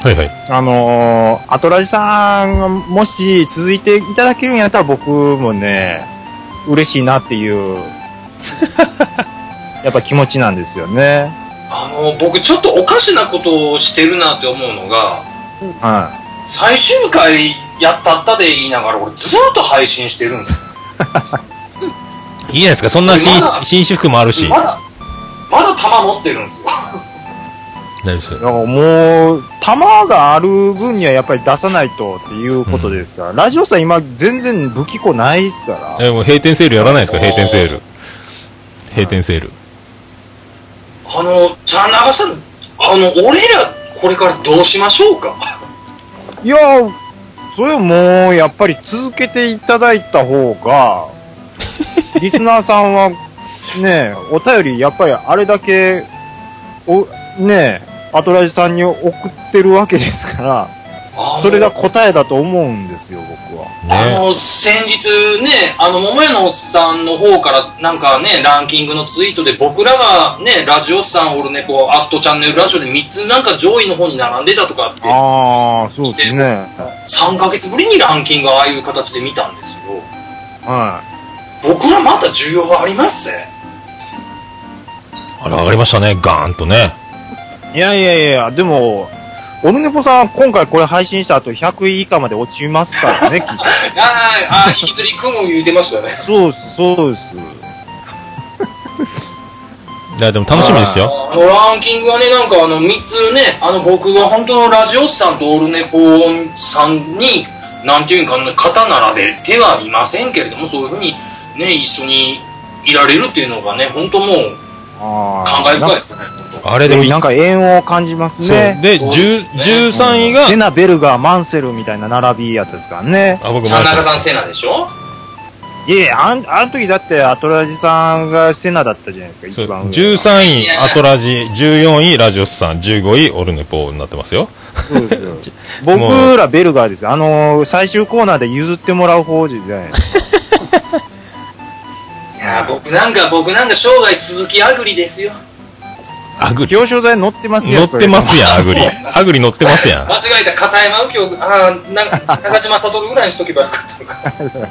はいはい。あのー、アトラジさんがもし続いていただけるんやったら僕もね、嬉しいなって いう、やっぱ気持ちなんですよね。あの、僕ちょっとおかしなことをしてるなって思うのが、は最終回やったったで言いながら、俺ずっと配信してるんですよいいじゃないですか、そんな新まだ新種服もあるし。ま大だ、まだ弾持ってるんですよ。丈夫ですい。だからもう、弾がある分にはやっぱり出さないとっていうことですから、ラジオさん今全然武器庫ないですから。え、もう閉店セールやらないですか、閉店セール。閉店セール。あの、ちゃんながさん、あの、俺ら、これからどうしましょうかいや、それはもう、やっぱり続けていただいた方 が、リスナーさんは、ねえ、お便り、やっぱりあれだけ、お、ねえ、アトラジさんに送ってるわけですから、あのそれが答えだと思うんですよ、僕は。あねの、先日ね、あの、桃屋のおっさんの方から、なんかね、ランキングのツイートで、僕らがね、ラジオさん、オルネポ、アットチャンネルラジオで3つなんか上位の方に並んでたとかって、ああ、そうですね。 3ヶ月ぶりにランキングああいう形で見たんですよ。は僕らまた需要があ りますね。あら、上がりましたね、ガーンとね。い。いやいやいや、でも、オルネポさん、今回これ配信した後、100位以下まで落ちますからね、きっと。 あーあー、引きずりくも言うてましたね。そうです、そうです。いや、でも楽しみですよ。あのランキングはね、なんかあの3つね、あの僕が本当のラジオスさんとオルネポさんに、なんていうんかな、肩並べてはいませんけれども、そういうふうにね、一緒にいられるっていうのがね、本当もうあ感あ慨深いですね、本あれでもいいなんか縁を感じますそう。ね。で、そう10です13位がセ、ナ、ベルガー、マンセルみたいな並びやったですからね。あ、僕当。も田中さんセナでしょいやいや、あん、あの時だってアトラジさんがセナだったじゃないですか、そう一番上が。 13位、アトラジ、14位、ラジオスさん、15位、オルネポになってますよ。そうですよ僕らベルガーですよ。あのー最終コーナーで譲ってもらう方じゃないですか。いやー、僕なんか、僕なんか生涯鈴木アグリですよ。アグリ。表彰台乗ってますよ。。乗ってますすやん、アグリ。アグリ乗ってますやん。間違えた、片山右京、あーなんか、中島悟ぐらいにしとけばよかったのか。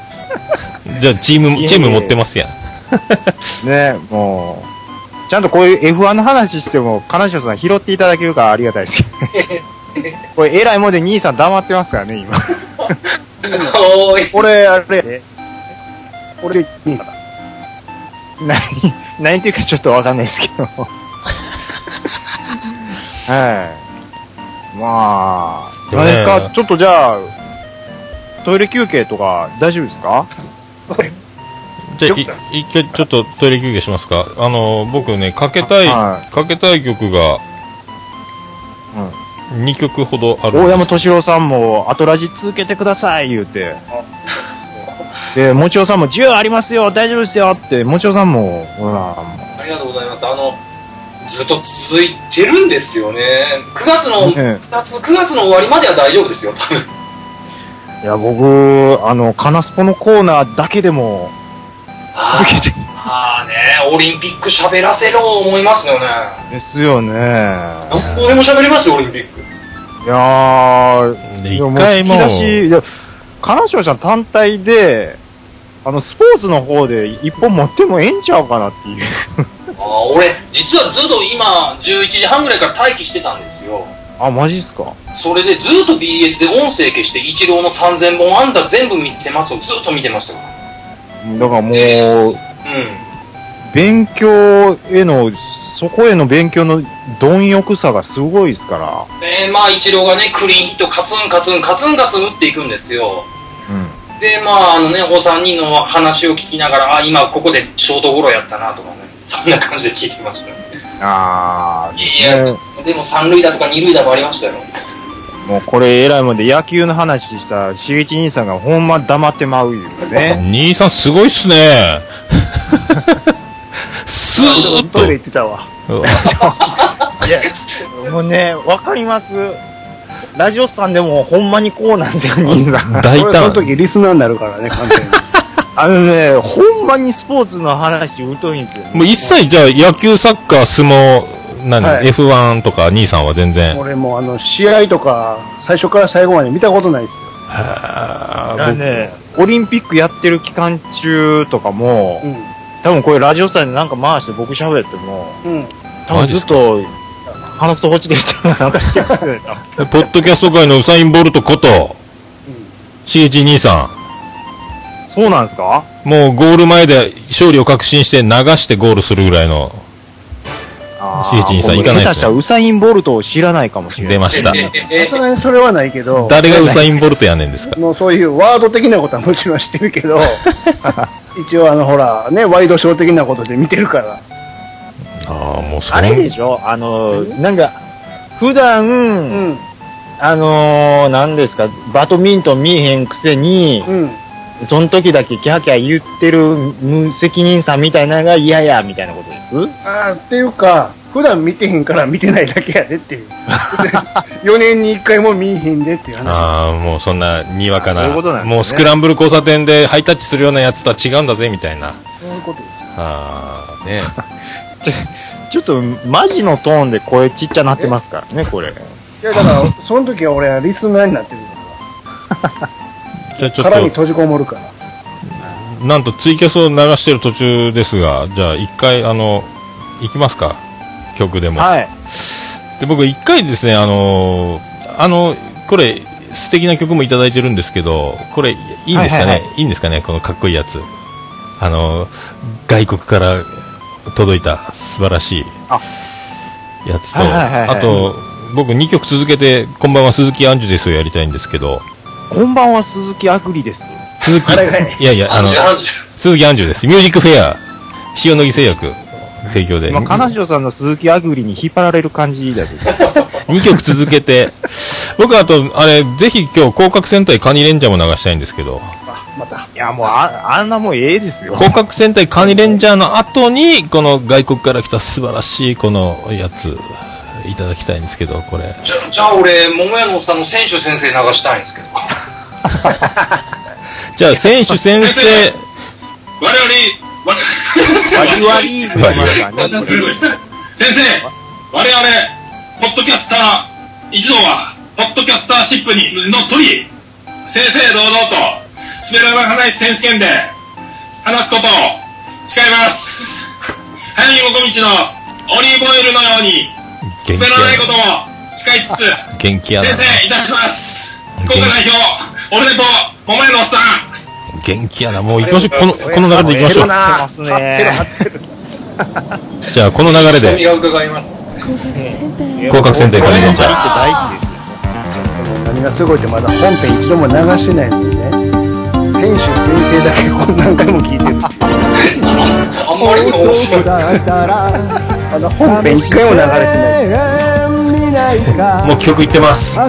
じゃあ、チーいえいム、えチーム持ってますやん。ね、もう。ちゃんとこういう F1 の話しても、金城さん拾っていただけるからありがたいです。 これ、偉いもんで兄さん黙ってますからね、今。 おーい。俺、あれやで、俺、兄さん何、何ていうかちょっとわかんないですけど。はい。まあ、でも何ねですか、ちょっとじゃあ、トイレ休憩とか大丈夫ですかじゃあ、い一回ちょっとトイレ休憩しますか。あの、僕ね、かけたい、はかけたい曲が、2曲ほどあるんです大山敏郎さんも、後ラジ続けてください、言うて。で、もちおさんも、10ありますよ、大丈夫ですよって、もちおさんも、ほら、ありがとうございます。あの、ずっと続いてるんですよね。9月の、ね2つ、9月の終わりまでは大丈夫ですよ、多分。いや、僕、あの、カナスポのコーナーだけでも、続けてああね、オリンピック喋らせろ思いますよね。ですよね。何個でも喋りますよ、オリンピック。いやー、でい一や回もうう引き出し、いや、金城さん単体で、あの、スポーツの方で一本持ってもええんちゃうかなっていう。ああ、俺、実はずっと今、11時半ぐらいから待機してたんですよ。 あ、マジっすかそれでずっと BS で音声消して、イチローの3000本安打全部見てますをずっと見てましたから。だからもえう、うん。勉強への、そこへの勉強の貪欲さがすごいですかで、まあ、イチローがね、クリーンヒットカツンカツンカツンカツン打っていくんですよ。ら。うで、まあ、あのね、お三人の話を聞きながら、あ、今ここでショートゴロやったなとかね、そんな感じで聞いてました。ん。あー、いやね、でも三塁打とか二塁打もありましたよ。もうこれ偉いもんで野球の話したしげち兄さんがほんま黙ってまうよね。兄さんすごいっすねスーットイレ行ってたわ。いとや、もうね、わかります。ラジオさんでもほんまにこうなんですよ、兄さん。大俺、その胆時リスナーになるからね、完全に。 あのね、ほんまにスポーツの話疎いんですよ、ね。もう一切じゃあ野球サッカー相撲何、はい F1 とか兄さんは全然俺もうあの、試合とか、最初から最後まで見たことないですよ。あのあね、オリンピックやってる期間中とかも、 う多分これラジオ祭でなんか回して僕喋っても、ん。うん。多分ずっと、鼻くそ落ちてきたらなんかして ますよね。ポッドキャスト界のウサイン・ボルトこと、しげち兄さそうなんですかん、もうゴール前で勝利を確信して流してゴールするぐらいのしげち兄さん行かないですね下手したらウサイン・ボルトを知らないかもしれない。出ました。さすがにそれはないけど、誰がウサイン・ボルトやねんですかもうそういうワード的なことはもちろん知ってるけど、一応あのほら、ね、ワイドショー的なことで見てるから。ああ、もうそあれでれ。しょあの、なんか、普段、うん。あのー、なんですか、バドミントン見えへんくせに、うん。その時だけキャーキャー言ってる無責任さんみたいなのが嫌や、みたいなことですああ、っていうか、普段見てへんから見てないだけやでっていう。4年に1回も見えへんでっていう話。ああ、もうそんな、にわかあなそういうことなんですねもうスクランブル交差点でハイタッチするようなやつとは違うんだぜ、みたいな。そういうことですよ。ああ、ね。 ちょっと、マジのトーンで声ちっちゃなってますからね、これ。いや、だから、その時は俺はリスナーになってるじゃあちから、殻ょにっ閉じこもるから。と、なんとツイキャスを流してる途中ですが、じゃあ一回、あの、行きますか。曲でも。はい。で僕一回ですねあのーあのこれ素敵な曲もいただいてるんですけどこれいいんですかね、はいいはいんですかねこのかっこいいやつあのー外国から届いた素晴らしいあやつとはいはいはいはいあと僕2曲続けて「こんばんは鈴木アンジュです」をやりたいんですけどこんばんは、鈴木あぐりです。鈴木あれがねいやいやあの鈴木アンジュですミュージックフェア塩野義製薬提供で今、金城さんの鈴木あぐりに引っ張られる感じだけど。 2曲続けて、僕あと、あれ、ぜひ今日、広角戦隊カニレンジャーも流したいんですけど、あ、また。 いや、もう、あ、あんなもんええですよ。広角戦隊カニレンジャーの後に、この外国から来た素晴らしいこのやつ、いただきたいんですけど、これ。じゃじゃあ俺、桃屋のおっさんの選手先生流したいんですけど。じゃあ、選手先 生、我々、我わりわり言いますからね、々、すごい。先生、我々、ポッドキャスター一同は、ポッドキャスターシップにのっとり、正々堂々と、滑らない選手権で、話すことを誓います。早見もこみちのオリーブオイルのように、元滑らないこ気とを誓いつつ、や、元気やな先。生、いたします。福岡代表、俺レポ、桃屋のおっさん。元気やな。もう行きましょう。この、この流れで行きましょう。な ますね。じゃあ、この流れ君で、が伺います。広角戦隊カニレンジャー。大事ですよ。何がすごいってまだ本編一度も流してないのにね。選手、先生だけこう何回も聞いてる。あんまりにも面白い。まだ本編一回も流れてない。もう曲いってます。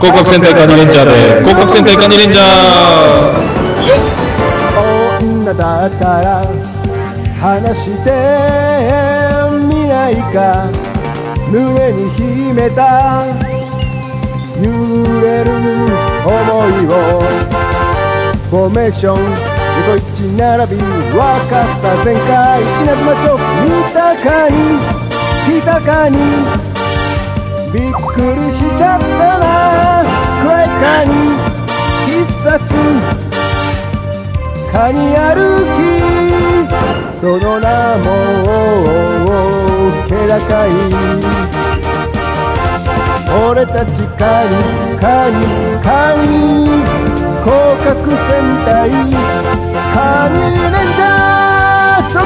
広角戦隊カニレンジャーで、広角戦隊カニレンジャー女だったら話してみないか胸に秘めた揺れる思いをフォーメーション551並び分かった前回稲妻町豊かに豊かにびっくりしちゃったな快感に必殺カニ歩きその名も気高い俺たちカニカニカニ広角戦隊カニレンジャーゾコ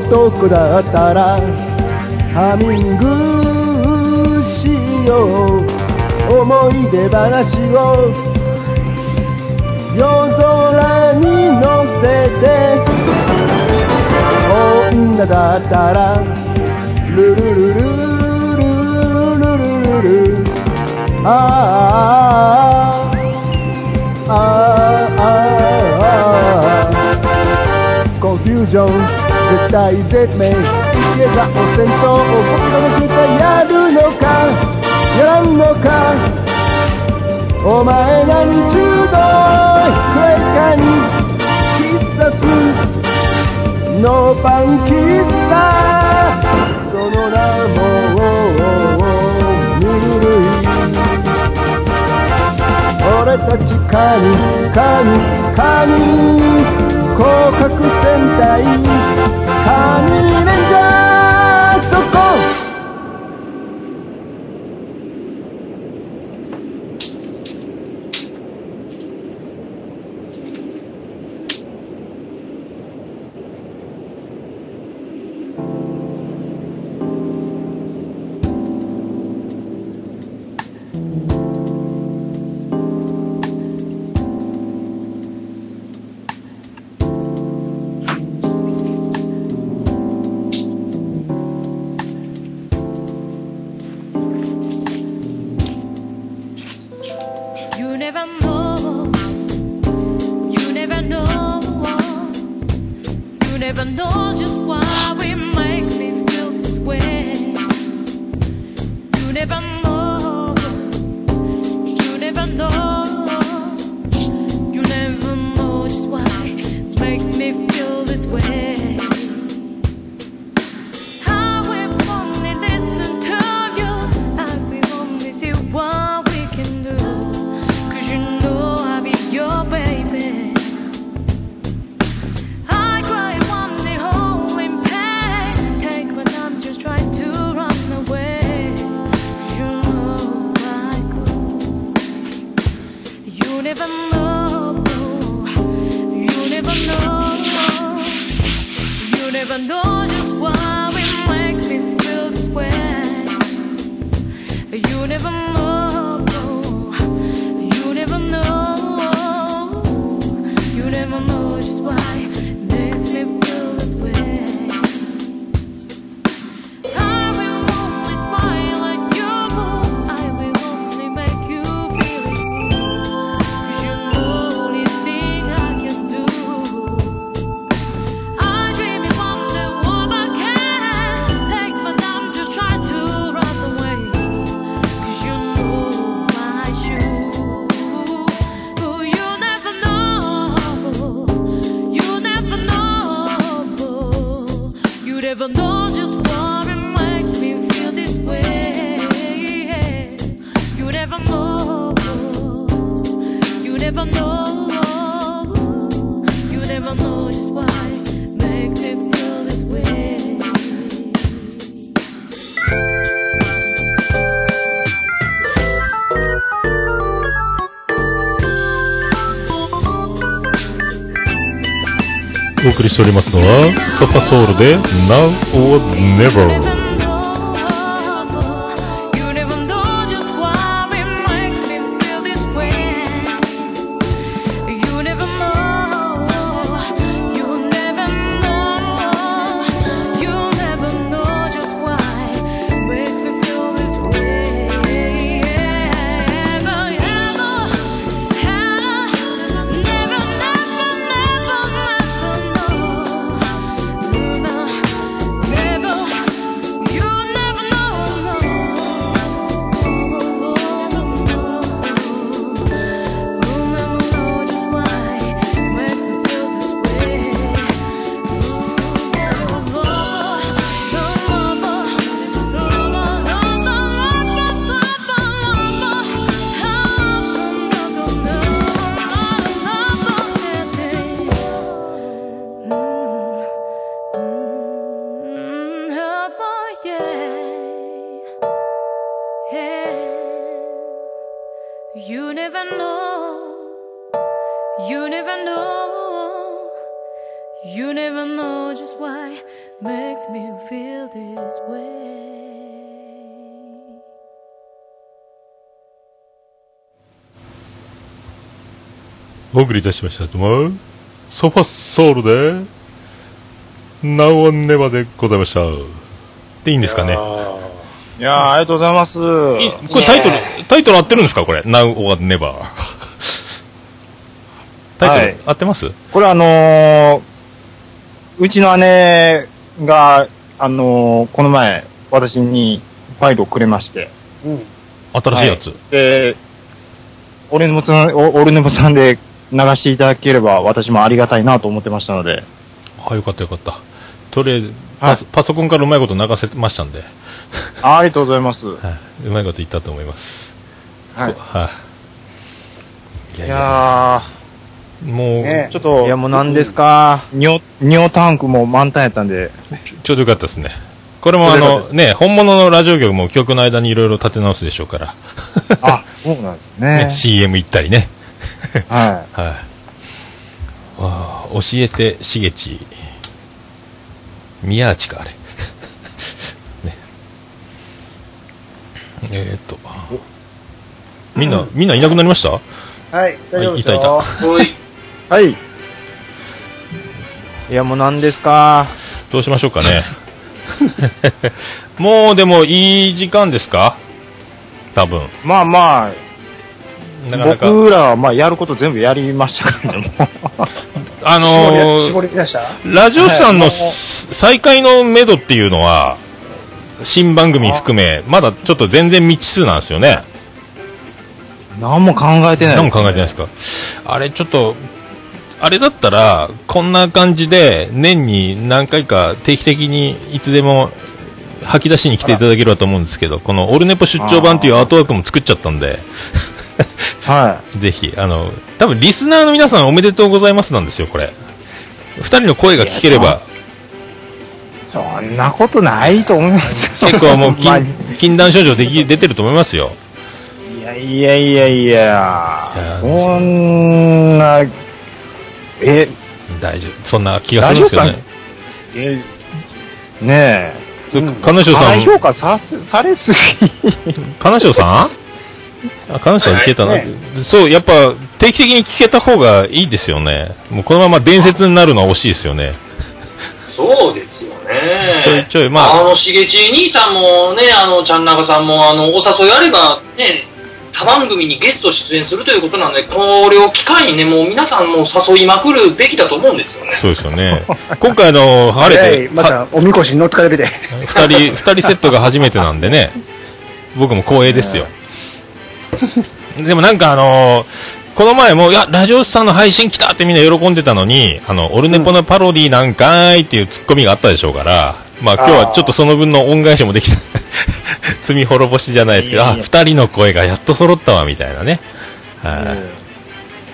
男だったらハミングしよう思い出話を夜空に乗せて女だったらルルルルルルルルルああああああコンフュージョン絶対絶命いけばお戦闘を僕の渋滞やるのかやらんのかお前何中毒クエイカに必殺のパン喫茶その名も無類俺たち神神神広角戦隊神レンジャー続行 You never know. You never know. You never know just why we make me feel this way. You never know. You never know. You never know just why it makes me feel this way. I will only listen to you. I will only see what we can do. 'Cause you know I'll be your baby. I cry one day, all in pain. Take my time, just try to run away. 'Cause you know I could. You never know. You never know. You never know just why it makes me feel this way. You never know. You never know. You never know just why it makes me feel this way. I will only smile at you. I will only make you feel this way. 'Cause you're the only thing I can do. I dream it from the woman can take my time, just try to run away. you know I should. Oh, you never know. You never know. You never know just what it makes me feel this way. You never know. You never know. You never know just why makes me feel this way. お送りしておりますのは、ソファソウルで Now or Never。 You never know just why it makes me feel this way. You never know. You never know. You never know just why it makes me feel this way. Ever, ever, ever, never, never, never, never, never, never. You never know, no, You'll never know just why make me feel this way. Mm, oh boy, yeah. Yeah. You never know. You never know. You never know just why makes me feel this way. お送りいたしましたと思うソファソウルで Now or Never でございましたでいいんですかねいやあ、ありがとうございます。いこれタイトルタイトル合ってるんですかこれ Now or Never タイトル、合ってますこれあのーうちの姉が、あのーこの前、私にファイルをくれまして、新しいやつ、で、俺のもさん、お俺のもさんで流していただければ、私もありがたいなと思ってましたので、あよかったよかったとりあえずパソ、パソコンからうまいこと流せましたんで、はあありがとうございます。い、うまいこと言ったと思います。はいこはい、いやいいや、やもう、ねー、ちょっいや、と、もう何ですか尿、尿タンクも満タンやった んで、ちょうどよかったですね。これもあちょうどよかのっ、ね、本物のラジオ局も曲の間にいろいろ立て直すでしょうから、あ、そうなんですねね。 CM 行ったりね。ははい。あー教えて、しげち。宮地か、あれ。 ね。えー、っと。みんな、みんないなくなりましたはい、大丈夫ですよ。いいたいたおいい。はい。いや、もう何ですかどうしましょうかね。 もう、でも、いい時間ですか多分。まあまあ、なかなか。僕らはまあやること全部やりましたからね。 あのー絞り出したラジオさんのす再開のめどっていうのは、新番組含め、まだちょっと全然未知数なんですよね。何も考えてない、何も考えてないですか。あれ、ちょっと、あれだったら、こんな感じで、年に何回か定期的にいつでも吐き出しに来ていただければと思うんですけど、このオルネポ出張版っていうアートワークも作っちゃったんで、はぜひ、あの、多分リスナーの皆さんおめでとうございますなんですよ、これ。二人の声が聞ければ、い。そんなことないと思いますよ。結構 もう禁まあ禁断症状でき出てると思いますよ。いやいやいやいやいやそんな、え、大丈夫。そんな気がするんですよラジね。え、ねえ、金城さ高ん、評価さすされすぎ。金城さんあ金城さんいけたな、はいそう、やっぱ定期的に聞けた方がいいですよね。もうこのまま伝説になるのは惜しいですよね。そうですよね。ちょいちょい、まあ、の、しげち兄さんもね、あの、ちゃんなかさんも、あの、お誘いあれば、ね、他番組にゲスト出演するということなんで、これを機会にね、もう皆さんもう誘いまくるべきだと思うんですよね。そうですよね。今回あの、晴れえい、て、またおみこしに乗っかれて。二人、二人セットが初めてなんでね、僕も光栄で すよ。でもなんかあのーこの前も、いや、ラジオスさんの配信来たってみんな喜んでたのに、あの、オルネポのパロディなんかーいっていうツッコミがあったでしょうから、まあ今日はちょっとその分の恩返しもできた。 罪滅ぼしじゃないですけど、いやあ、いや二人の声がやっと揃ったわ、みたいなね。は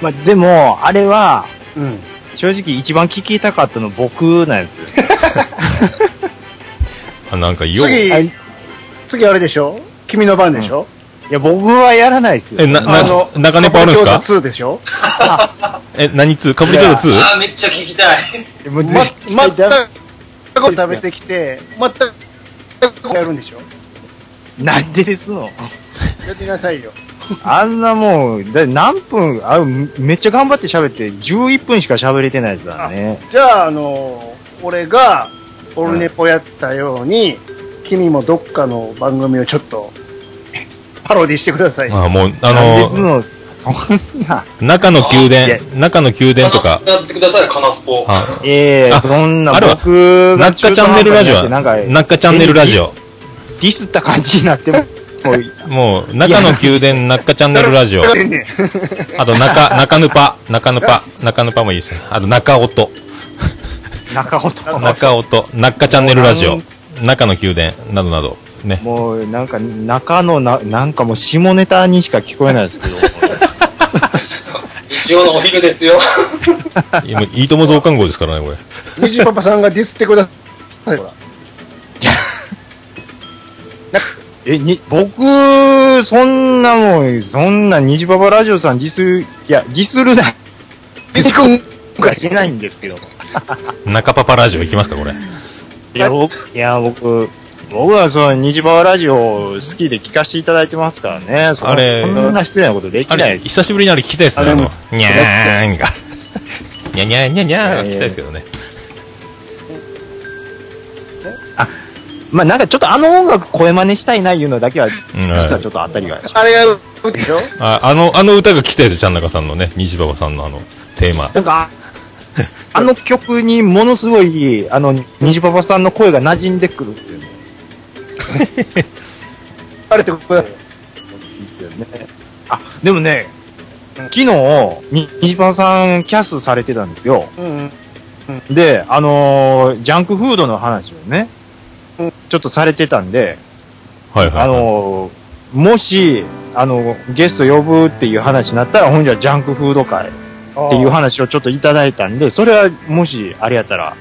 いまあでも、あれは、うん。正直一番聞きたかったの僕なんですよ。 あなんか、よう、次はい、次あれでしょ君の番でしょいや、僕はやらないですよえ、。な、あなの、、中ネパあるんですかカプリチョーザ2でしょえ、何通かぶりちょうどあーめっちゃ聞きたい。もうま、ぜひ全く食べてきて、全くやるんでしょなんでですのやってみなさいよ。あんなもう、だ何分あ、めめっちゃ頑張って喋って、11分しか喋れてないですからね。じゃあ、あの、俺が、オルネポやったように、君もどっかの番組をちょっと、パロディしてください。あ、もう、あなんですの、の、そんな、 中の宮いや殿、中の宮殿とか、やってください、カナスポ。あええあそんな、あれは僕ながっか中途半端になって、チャンネルラジオなんか、なっかチャンネルラジオ。ディスった感じになっても、もうもう、中の宮殿、なっかチャンネルラジオ。やってんねんあと、中、中ぬぱ、中ぬぱ、中ぬぱもいいですね。あと、中音、中ほと、中音、なっかチャンネルラジオ、中の宮殿、などなど。ね。もう、なんか、中のな、なんかもう下ネタにしか聞こえないです けど、日曜のお昼ですよ。いやもういいとも増刊号ですからね、これ。ニジパパさんがディスってください。ほら。え、に、僕、そんなもん、そんな、虹パパラジオさんディス、いや、ディスるなんディス君かしないんですけど。中パパラジオ行きますか、これ。いや、僕、いや、僕、僕はその、虹パワラジオ好きで聞かせていただいてますからね。そあれそんな失礼なことできあないれ、です。久しぶりにあれ聞きたいですね、ああれのも、にゃーんが。にゃにゃーにゃにゃーが聞きたいですけどね。まあなんかちょっとあの音楽声真似したいないうのだけは、うん実はちょっとあったりが。あれやるでしょああの、あの歌が聞きたいです、ちゃんなかさんのね、西馬場さんのあの、テーマ。なんか、あの曲にものすごい、あの、虹パパさんの声が馴染んでくるんですよね。あれってことだ。いいっすよね。あ、でもね、昨日、に虹パパさんキャスされてたんですよ。うんうん。で、あのージャンクフードの話をね、うんちょっとされてたんで、はいはい。あのーもし、あのゲスト呼ぶっていう話になったら、本日はジャンクフード会っていう話をちょっといただいたんで、それはもしあれやったら、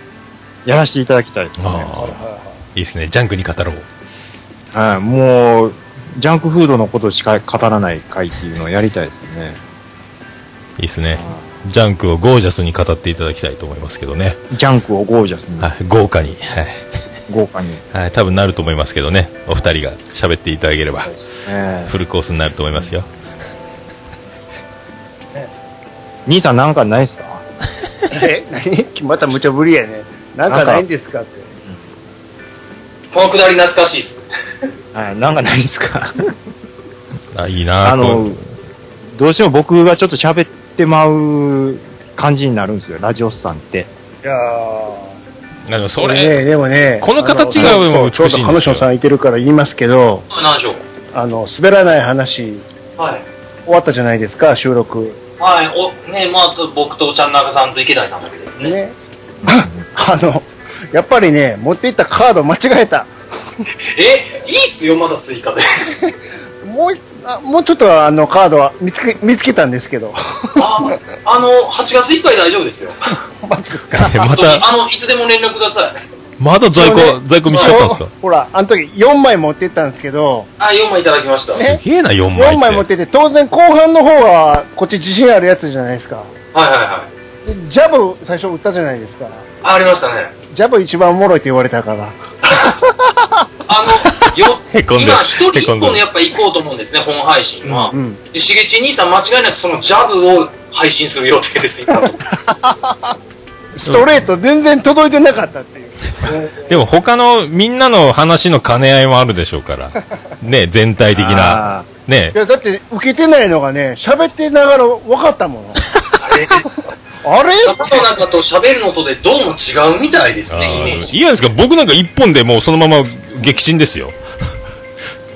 やらせていただきたいですね。ああ、いいですね。ジャンクに語ろう。はい、もう、ジャンクフードのことしか語らない会っていうのをやりたいですね。いいですね。ジャンクをゴージャスに語っていただきたいと思いますけどね。ジャンクをゴージャスに、はい、豪華に。はい。豪華に。はい、多分なると思いますけどね。お二人が喋っていただければ。ええフルコースになると思いますよ。兄さんなんかないですかえ何また無茶ぶりやね。なんかないんですかって。 このくだり懐かしいっす。はい、なんかないですかあ、いいなあこのう、どうしても僕がちょっと喋ってまう感じになるんですよ、ラジオスさんって。いやーあの、そこれれ、ね、でもね、この形があの美しいんですよそうちょうど彼女さんいてるから言いますけど、何でしょうあの、滑らない話、はい。終わったじゃないですか、収録。はい、お、ねまあ、と僕とちゃんなかさんと池谷さんだけですね。ね。 あの、やっぱりね、持っていったカード間違えた。え、いいっすよ、まだ追 加で。もうい、あもうちょっとあのカードは見つけ、見つけたんですけど。 あ、あの、8月いっぱい大丈夫ですよ。マジですかま本当に、た、あの、いつでも連絡ください。まだ在そう庫、ね在庫見つかったんですかほら、あの時4枚持っていったんですけど、あ、4枚いただきました。ねすげえな、4 4枚枚持っって。てて、当然後半の方は、こっち自信あるやつじゃないですか。はいはいはい。でジャブ最初打ったじゃないですか。あありましたね。ジャブ一番おもろいって言われたから。あ の、よへこんで今一人へ一こんで本でやっぱ行こうと思うんですね、本配信は。うんで、しげち兄さん間違いなくそのジャブを配信する予定で す、今。ストレート全然届いてなかったっていう。でも他の、みんなの話の兼ね合いもあるでしょうから。ね、全体的な。ねい、やだって受けてないのがね、喋ってながら分かった もの。あれ頭の中と喋るのとでどうも違うみたいですあね、イメーージ。いいやですか僕なんか一本でもうそのまま撃沈ですよ、も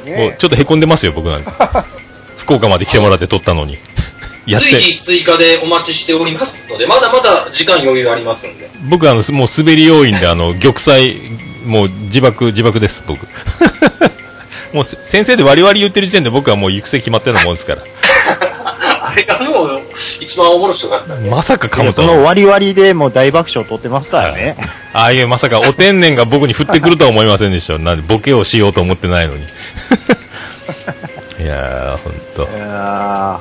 うねちょっとへこんでますよ僕なんか福岡まで来てもらって撮ったのにやっ 随て時追加でお待ちしておりますので、まだまだ時間余裕ありますんで。僕あのもう滑り要因であの玉砕もう自爆自爆です僕 もうせ先生で割り割り言ってる時点で僕はもう行く先決まってるようなもんですからあれがもう、一番おもろしかった。まさか噛むとそはの割り割りでもう大爆笑取ってますからね。ああいうまさかお天然が僕に降ってくるとは思いませんでしたよなんでボケをしようと思ってないのに いやーほんといや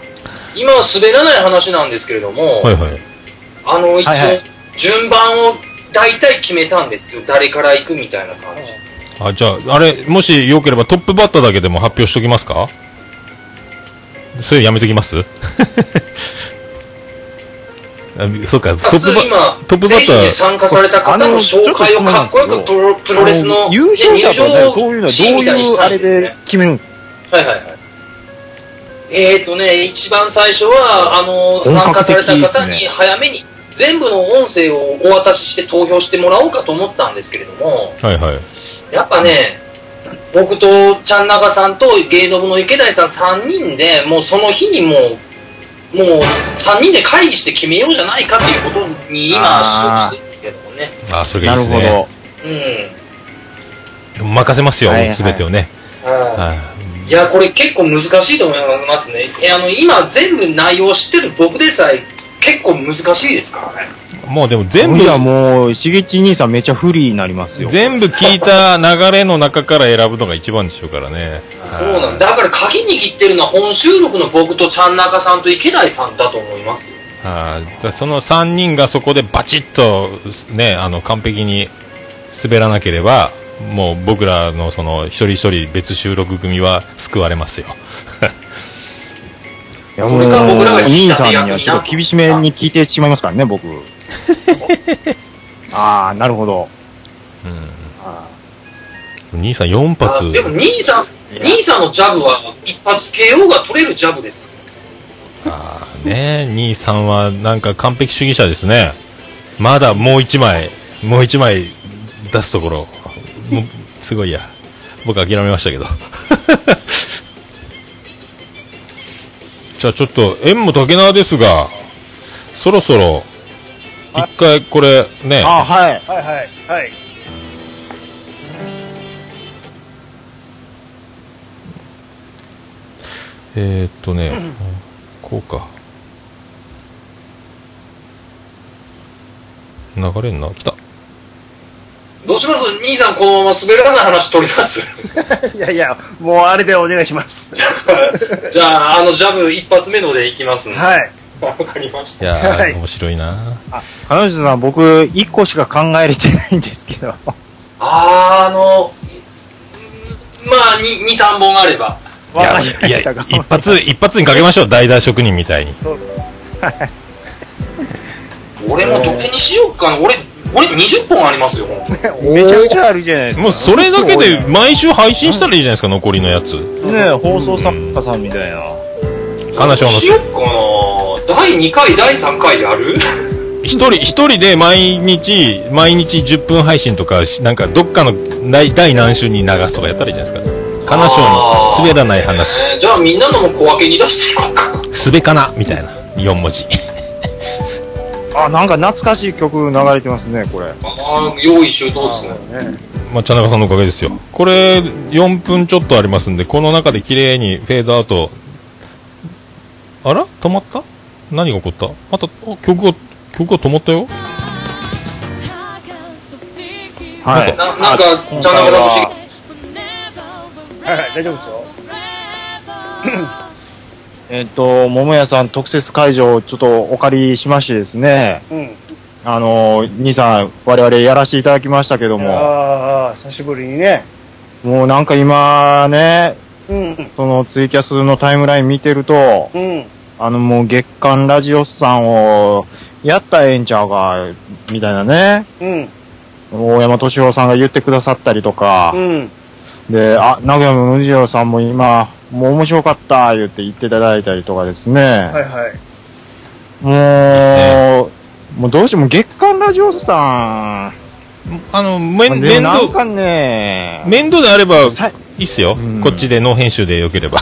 今は滑らない話なんですけれども、はいはいあの、一応、はいは順番を大体決めたんですよ。誰から行くみたいな感じ。あじゃあ、あれ、もしよければトップバッターだけでも発表しときますかそれやめときます あそっか、トまッずプバッ今、トップバッタぜひねー、参加された方の紹介をかっこよくプロプロレスのあの優勝者とね、そういうのはチームどうみたいにいしうたあんれですねで決めるんはいはいはい。えーとね、一番最初は、あの、参本格加さ的れですたね方に早めに全部の音声をお渡しして投票してもらおうかと思ったんですけれども、はいはい。やっぱね、僕とちゃん中さんと芸能部の池谷さん3人で、もうその日にもう、もう3人で会議して決めようじゃないかっていうことに今、あーしようとしてるんですけどもね。あ、それがないいるですほね。ど。う任せますよはいは、いすべてをね。ん。はいはいいや、これ結構難しいと思いますね。えあの、今全部内容を知ってる僕でさえ結構難しいですからね。もうでも全部い、や、もう、しげち兄さんめっちゃ不利になりますよ。全部聞いた流れの中から選ぶのが一番でしょうからね。そうなんだ。だから鍵握ってるのは本収録の僕とちゃん中さんと池谷さんだと思いますよ。あーじゃあその3人がそこでバチッと、ね、あの完璧に滑らなければもう僕らのその一人一人別収録組は救われますよいやそれか僕らがもう引き兄立さてん役ににはちょっと厳しめに聞いてしまいますからね、僕。 ああ、なるほど。兄さん4あ発でも兄さん、兄さんのジャブは一発 KO が取れるジャブですかあーね兄さんはなんか完璧主義者ですねまだもう1枚もう1枚出すところもうすごいや僕諦めましたけど じゃあちょっと縁も竹縄ですがそろそろ一回これね、あ、はい。はいはいはいえー、っとね、こうか。流れんな、来た。どうします兄さん、このまま滑らない話取り ます。 いやいやもうあれでお願いしますじゃあ、あの、ジャブ一発目のでいきますんで。い。はいわかりましいた。やー、はい面白いな。彼女さん、僕、一個しか考えれてないんですけど。あー、あの、うんまあ、2、3本あれば。いわかや、りまいやしたが。一発、一発にかけましょう、代打職人みたいに。俺もどれにしようかな。俺、俺20本ありますよ、ほんとにめちゃめちゃあるじゃないですか。もうそれだけで毎週配信したらいいじゃないですか、残りのやつ。ねえ放送作家さんみたいな。話をどうしようかな。第2回、第3回で ある一人、一人で毎日、毎日10分配信とかし、なんかどっかの第第何週に流すとかやったらいいじゃないですか。話あをー滑らない話、えーじゃあ、みんなのも小分けに出していこうか。すべかな、みたいな。4文字。あ、なんか懐かしい曲流れてますね、これ。あー、用意周到っすね。まあ、茶中さんのおかげですよ。これ、4分ちょっとありますんで、この中で綺麗にフェードアウト。あら止まった何が起こったまた、お曲が、曲が止まったよ。はい。ななんか、ちゃんなかさんしはいはい大丈夫ですよえっと、桃屋さん特設会場をちょっとお借りしましてですね、うんあの、兄さん、我々やらせていただきましたけども、ああ久しぶりにねもうなんか今ね、うんそのツイキャスのタイムライン見てると、うんあのもう月刊ラジオスさんをやったらええんちゃうか、みたいなね、うん大山敏夫さんが言ってくださったりとか、うんで、あ、名古屋の文次郎さんも今、もう面白かった、言って言っていただいたりとかですね。はいはいもう、もうどうしても月刊ラジオスさん。あの、めんで面な倒ん、かね、面倒であれば、いさいっすようん。こっちでノー編集でよければ。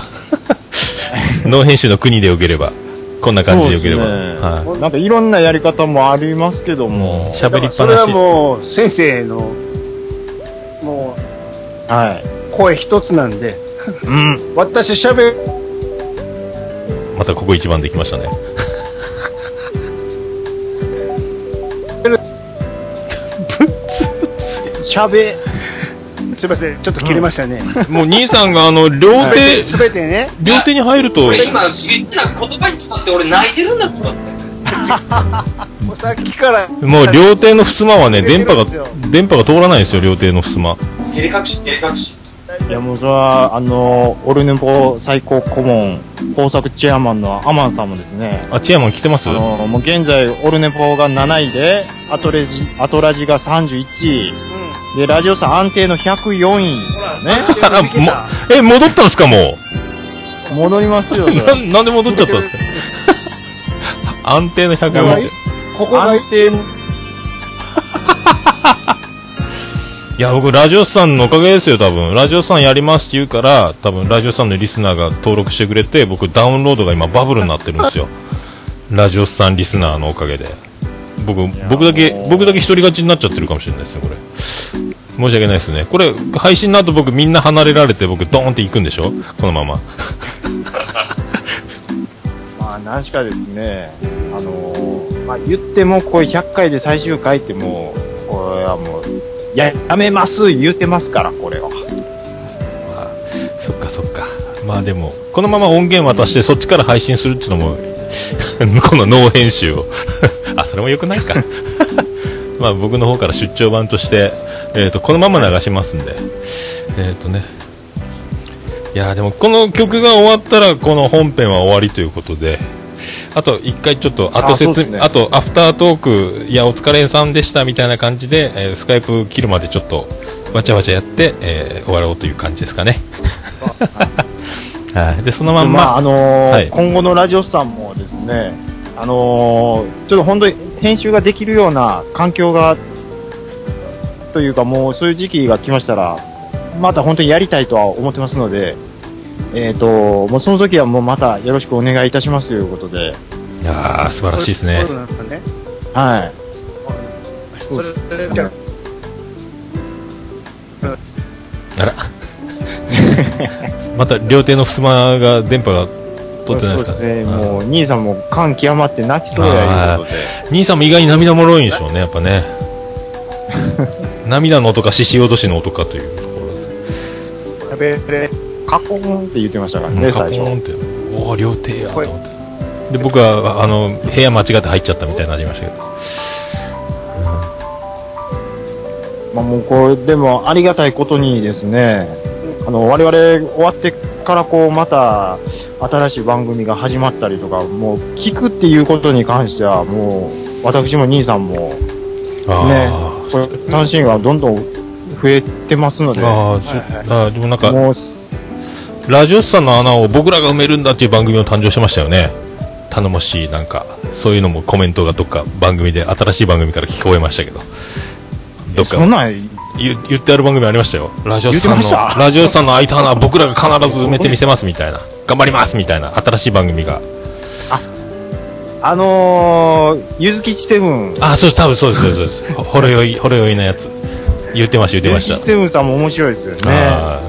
ノー編集の国でよければ。こんな感じでよければ。そうですねはなんかいろんなやり方もありますけどい。ももう、。喋りっぱそれなはし。もう先生のもうはい。声一つなんでうん。私しゃべるまたここ一番できましたね。喋、すいませんちょっと切れましたねもう兄さんが、あの、両手、すべてね両手に入ると、俺今、しげちな言葉に使って俺泣いてるんだと思いますね。もうさっきからもう両手の襖はね、電波が出てるんで、電波が通らないんですよ、両手の襖。照れ隠し、照れ隠し。いやもうそれは、あの、オルネポ最高顧問、豊作チェアマンのアマンさんもですね、あ、チェアマン来てますあの、もう現在、オルネポが7位で、アトレジ、アトラジが31位、で、ラジオスさん安定の104位ですからね。 あもえ、戻ったんすか、も戻りますよ、う。それな なんで戻っちゃったんすか安定の100ここが回いいここがい安定のや、僕、ラジオスさんのおかげですよ、多分。ラジオスさんやりますって言うから、多分、ラジオスさんのリスナーが登録してくれて、僕、ダウンロードが今、バブルになってるんですよ。ラジオスさんリスナーのおかげで。僕、僕だけも、う僕だけ一人勝ちになっちゃってるかもしれないですね、これ。申し訳ないですね。これ、配信の後僕みんな離れられて僕ドーンって行くんでしょこのまま。まあ、何しかですね、あのーまあ、言っても、これ100回で最終回ってもう、これはもう、ややめます、言うてますから、これは。そっかそっか。まあでも、このまま音源渡してそっちから配信するっていうのも、 このノー編集を。 あ、それも良くないか。 まあ僕の方から出張版として、えっ、と、このまま流しますんで。えっ、とね。いやーでもこの曲が終わったらこの本編は終わりということで、あと一回ちょっと後あそう説ですねあとアフタートーク、いやお疲れさんでしたみたいな感じで、えースカイプ切るまでちょっとわちゃわちゃやって、えー終わろうという感じです かね。はい、でそのまんまあ、ま、あのーはい今後のラジオスさんもですね、あのーちょっと本当に編集ができるような環境が、というかもうそういう時期が来ましたら、また本当にやりたいとは思ってますので、えっ、と、もうその時はもうまたよろしくお願いいたしますということで、いやー素晴らしいですそねう。なんですかねはい。それじゃああらまた両手の襖が電波が取ってないですかそうですね。あーもう、兄さんも感極まって泣きそうやあいうことで。ー兄さんも意外に涙もろいんでしょうねやっ ぱね涙の音か獅子落としの音かというところで食べれカコーンって言ってましたからうね、んカポ最ーン初。っておお両手やと思ってで僕はあの部屋間違って入っちゃったみたいになりましたけどまあもうこれ、でもありがたいことにですね、あの、我々終わってからこう、また、新しい番組が始まったりとか、もう、聞くっていうことに関しては、もう、私も兄さんも、ねあ、これ単身がどんどん増えてますのー、で、もあーそうあーでもなんかう、ラジオスさんの穴を僕らが埋めるんだっていう番組も誕生しましたよね頼もしいなんかそういうのもコメントがどっか番組で新しい番組から聞こえましたけどどっかそんなん、言言ってある番組ありましたよラジオスさ言んってまのしたラジオスさんの空いた穴は僕らが必ず埋めてみせますみたいな頑張りますみたいな新しい番組があのー、ゆずきちセブン、あそうです多分そうですそうですそうですほほろ酔いほろ酔いなやつ言ってました言ゆずってまきちしたセブンさんも面白いですよね。あ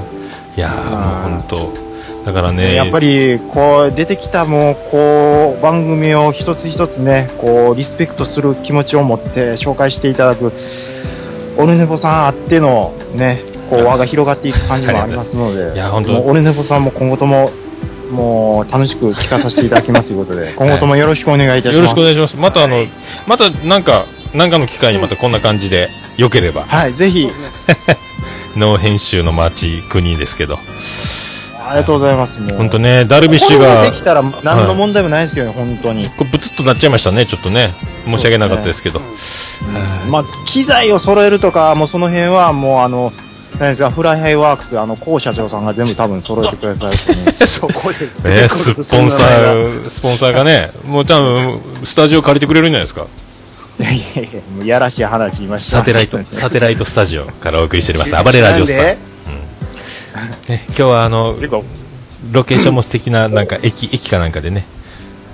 ーいやーもう本当だからねやっぱり、こう、出てきたもう、こう、番組を一つ一つね、こう、リスペクトする気持ちを持って紹介していただく、オルネポさんあっての、ね、こう、輪が広がっていく感じもありますので、いや本当もうオルネポさんも今後とも、もう、楽しく聞かさせていただきますという ことで、今後ともよろしくお願いいたしまよろすしくお。願いします。またあの、またなんか、なんかの機会にまたこんな感じで、良ければ、はい、ぜひ、ノー編集の街、国ですけど。ありがとうございます。もうほんとね、ダルビッシュこれがで、きたら何の問題もないですけどね、本当に。こうブツッとなっちゃいましたね、ちょっとね。申し訳なかったですけど。まあ、機材を揃えるとか、もうその辺はもうあの、何ですか、フライハイワークス、あの、高社長さんが全部多分揃えてくださると思うんですそこでね、スポンサー、スポンサーがね、もう多分、スタジオ借りてくれるんじゃないですか。いやいやいや、もういやらしい話言いました。サテライト、サテライトスタジオからお送りしております。暴れラジオさん。なんでね、今日はあのていうか、ロケーションも素敵な、なんか駅、駅かなんかでね、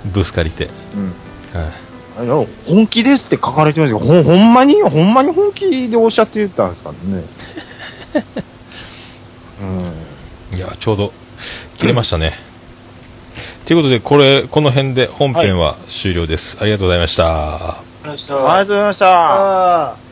ブース借りて。はいあの本気ですって書かれてますけど、ほんほんまに、ほんまに本気でおっしゃって言ったんですかね。いや、ちょうど切れましたね。ということで、これ、この辺で本編は終了です。ありがとうございました。ありがとうございましたありがとうございました。あー